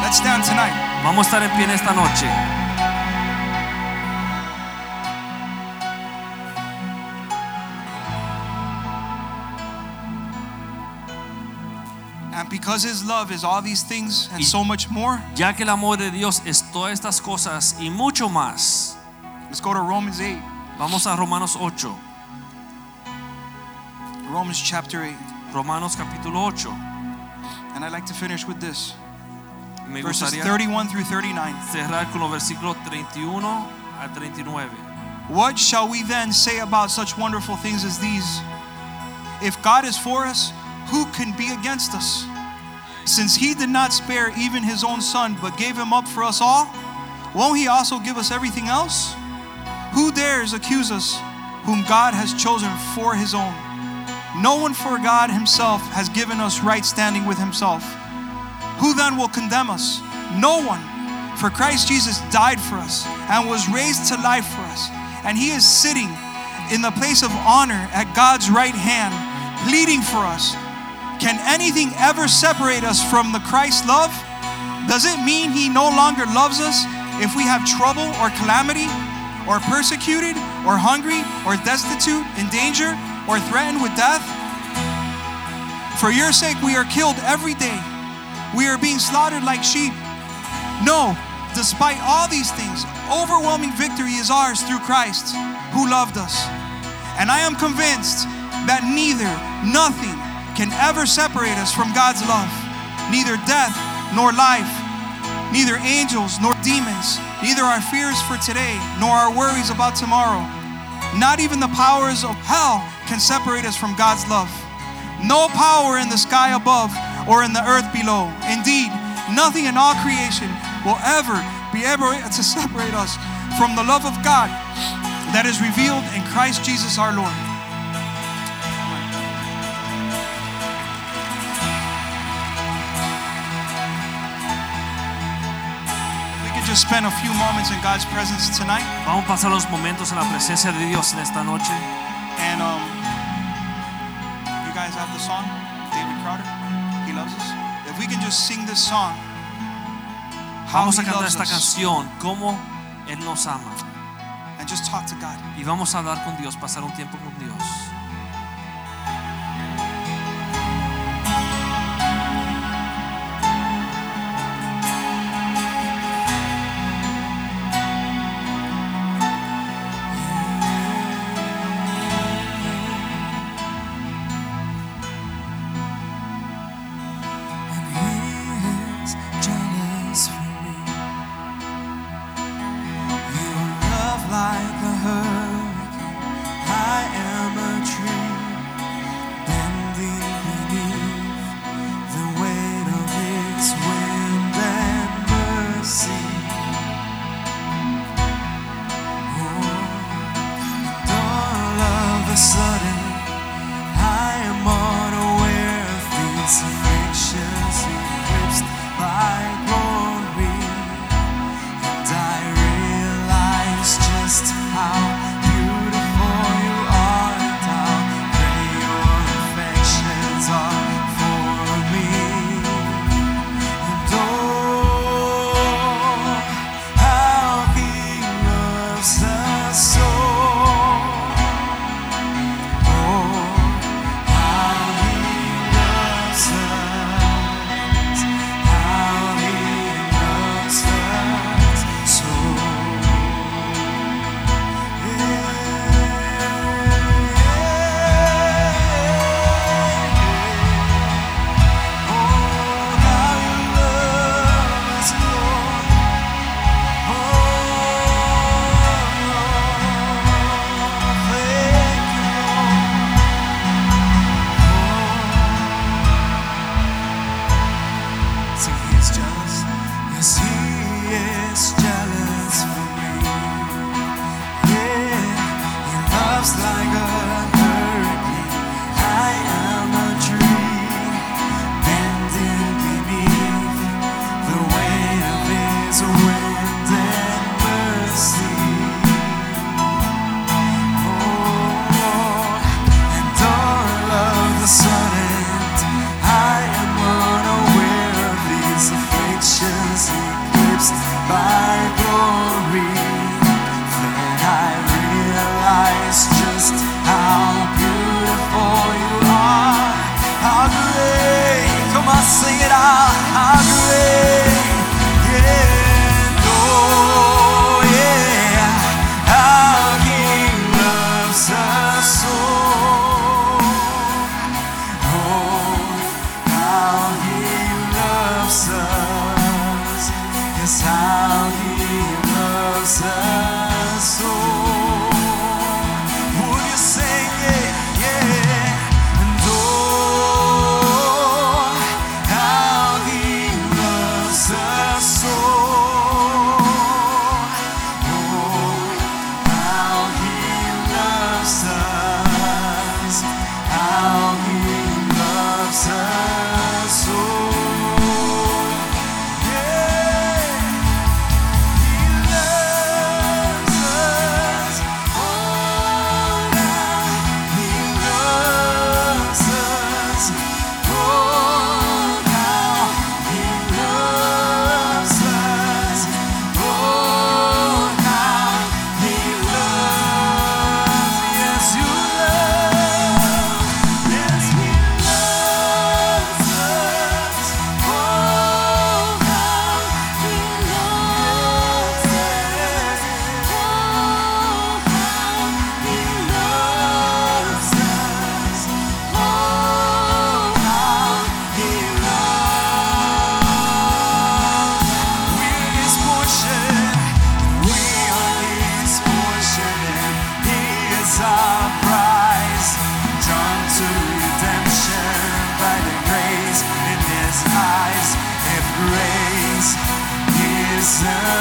Speaker 1: Let's stand tonight.
Speaker 2: Vamos a estar en pie en esta noche.
Speaker 1: And because because His love is all these things and so much more,
Speaker 2: Ya que el amor de Dios es todas estas cosas y mucho más.
Speaker 1: let's go to Romans 8.
Speaker 2: Vamos a Romanos 8.
Speaker 1: Romans chapter 8.
Speaker 2: Romanos capítulo 8.
Speaker 1: And I'd like to finish with this
Speaker 2: Me
Speaker 1: verses
Speaker 2: gustaría
Speaker 1: 31 through 39.
Speaker 2: cerrar con los versículos 31 a 39.
Speaker 1: What shall we then say about such wonderful things as these? If God is for us, who can be against us? Since he did not spare even his own son, but gave him up for us all, won't he also give us everything else? Who dares accuse us, whom God has chosen for his own? No one for God himself has given us right standing with himself. Who then will condemn us? No one. For Christ Jesus died for us and was raised to life for us. And he is sitting in the place of honor at God's right hand, pleading for us. Can anything ever separate us from the Christ love? Does it mean he no longer loves us if we have trouble or calamity, or persecuted, or hungry, or destitute, in danger, or threatened with death? For your sake, we are killed every day. We are being slaughtered like sheep. No, despite all these things, overwhelming victory is ours through Christ who loved us. And I am convinced that neither, nothing can ever separate us from God's love. Neither death nor life, neither angels nor demons, neither our fears for today nor our worries about tomorrow. Not even the powers of hell can separate us from God's love. No power in the sky above or in the earth below. Indeed, nothing in all creation will ever be able to separate us from the love of God that is revealed in Christ Jesus our Lord. We could just spend a few moments in God's presence tonight.
Speaker 2: Vamos a pasar los momentos en la presencia de Dios en esta noche.
Speaker 1: And um, you guys have the song, David Crowder. He loves us. If we can just sing this song, how
Speaker 2: Vamos
Speaker 1: he
Speaker 2: a cantar
Speaker 1: loves
Speaker 2: esta
Speaker 1: us,
Speaker 2: canción, cómo Él nos ama.
Speaker 1: and just talk to God.
Speaker 2: Y vamos a hablar con Dios, pasar un tiempo con Dios.
Speaker 3: Oh, Sudden, I am unaware of these afflictions eclipsed by glory. And I realize just how beautiful you are and how great your affections are for me. And oh, how he loves us so. Oh, how he loves us. How he loves us so. Oh, how you love us, Lord. Oh, thank you, Lord. So he's jealous, yes he is jealous for me. Yeah, he loves like a hurricane. I am a tree bending beneath the weight of his wind and mercy. Oh, and all of the sudden, I am unaware of these afflictions eclipsed by glory. Then I realize just how beautiful you are, how great. Come on, sing oh, Oh, oh, Oh,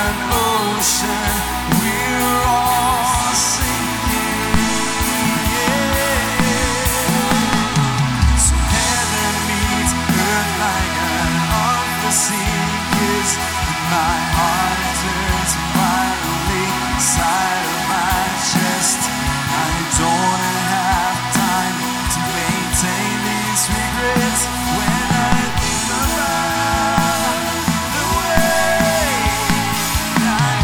Speaker 3: ocean, we're all sinking. Yeah. So heaven meets earth like an the sea kiss, and my heart turns violently side of my chest. I don't have time to maintain these regrets when I think about the way. Oh.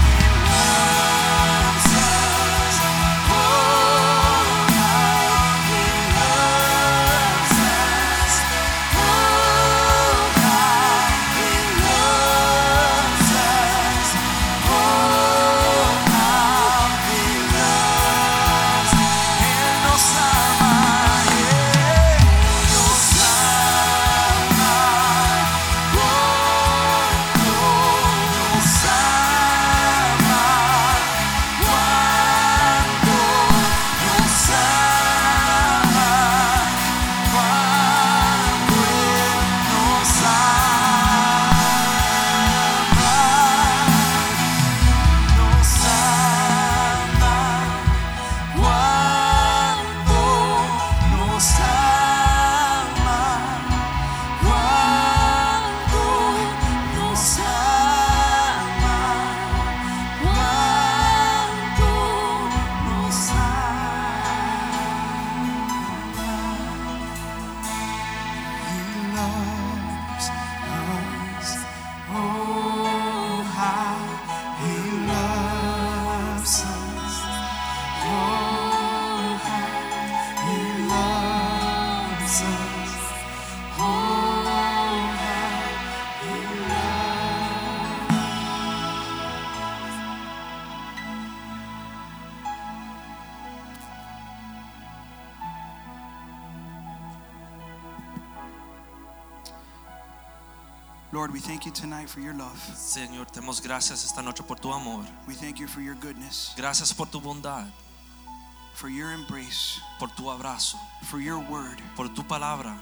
Speaker 3: He loves us. Oh, how He loves us. Oh, how He loves us. Oh, how He loves us.
Speaker 1: Lord, we thank you tonight for your love.
Speaker 2: Señor, te damos gracias esta noche por tu amor.
Speaker 1: We thank you for your goodness,
Speaker 2: Gracias por tu bondad,
Speaker 1: for your embrace,
Speaker 2: por tu abrazo,
Speaker 1: for your word,
Speaker 2: por tu palabra,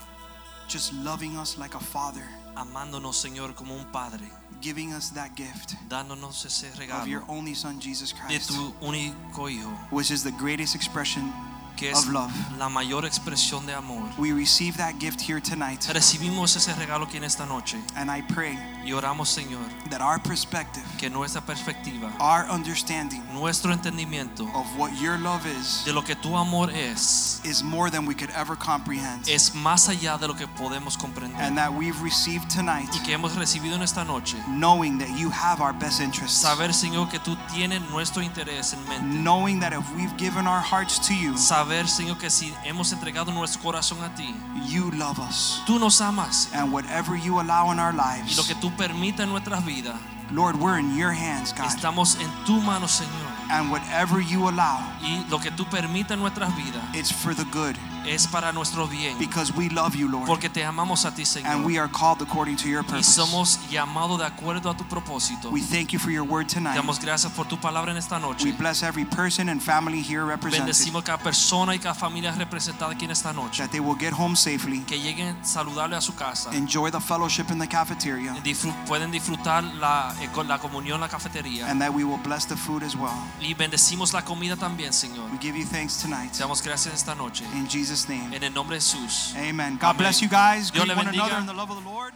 Speaker 1: just loving us like a father,
Speaker 2: amándonos, Señor, como un padre,
Speaker 1: giving us that gift
Speaker 2: dándonos ese
Speaker 1: of your
Speaker 2: regalo
Speaker 1: only son, Jesus
Speaker 2: de
Speaker 1: Christ,
Speaker 2: tu único hijo,
Speaker 1: which is the greatest expression
Speaker 2: que es
Speaker 1: Of love.
Speaker 2: la mayor expresión de amor.
Speaker 1: We receive that gift here tonight,
Speaker 2: Recibimos ese regalo aquí en esta noche
Speaker 1: and I pray
Speaker 2: y oramos, Señor,
Speaker 1: that our perspective,
Speaker 2: que nuestra perspectiva,
Speaker 1: our understanding
Speaker 2: nuestro entendimiento
Speaker 1: of what your love is,
Speaker 2: de lo que tu amor es,
Speaker 1: is more than we could ever comprehend,
Speaker 2: es más allá de lo que podemos comprender
Speaker 1: and that we've received tonight,
Speaker 2: y que hemos recibido en esta noche.
Speaker 1: knowing that you have our best interests,
Speaker 2: Saber, Señor, que tú tienes nuestro interés en mente.
Speaker 1: knowing that if we've given our hearts to you,
Speaker 2: Saber, Señor, que si hemos entregado nuestro corazón a ti,
Speaker 1: you love us.
Speaker 2: tú nos amas.
Speaker 1: And whatever you allow in our
Speaker 2: Y lo
Speaker 1: lives,
Speaker 2: que tú permitas en nuestras vidas,
Speaker 1: Lord, we're in your hands, God.
Speaker 2: estamos en tu mano, Señor.
Speaker 1: And whatever you allow,
Speaker 2: Y lo que tú permitas en nuestras vidas
Speaker 1: it's for the good
Speaker 2: es para nuestro bien.
Speaker 1: because we love you, Lord.
Speaker 2: Porque te amamos a ti,
Speaker 1: And
Speaker 2: Señor.
Speaker 1: we are called according to your
Speaker 2: Y
Speaker 1: purpose.
Speaker 2: somos llamados de acuerdo a tu propósito.
Speaker 1: We thank you for your word
Speaker 2: Te
Speaker 1: tonight.
Speaker 2: damos gracias por tu palabra en esta
Speaker 1: We
Speaker 2: noche.
Speaker 1: bless every person and family here represented
Speaker 2: Bendecimos cada persona y cada familia representada aquí en esta noche.
Speaker 1: that they will get home safely,
Speaker 2: Que lleguen saludables a su casa.
Speaker 1: enjoy the fellowship in the cafeteria,
Speaker 2: Disfru- pueden disfrutar la, eh, con la comunión en la cafetería.
Speaker 1: and that we will bless the food as well.
Speaker 2: Y bendecimos la comida también, Señor.
Speaker 1: We give you thanks tonight.
Speaker 2: Te damos gracias esta noche.
Speaker 1: In Jesus' name,
Speaker 2: En el nombre de Jesús.
Speaker 1: amen. God
Speaker 2: Amén.
Speaker 1: bless you guys. Greet
Speaker 2: Dios le
Speaker 1: one
Speaker 2: bendiga.
Speaker 1: another in the love of the Lord.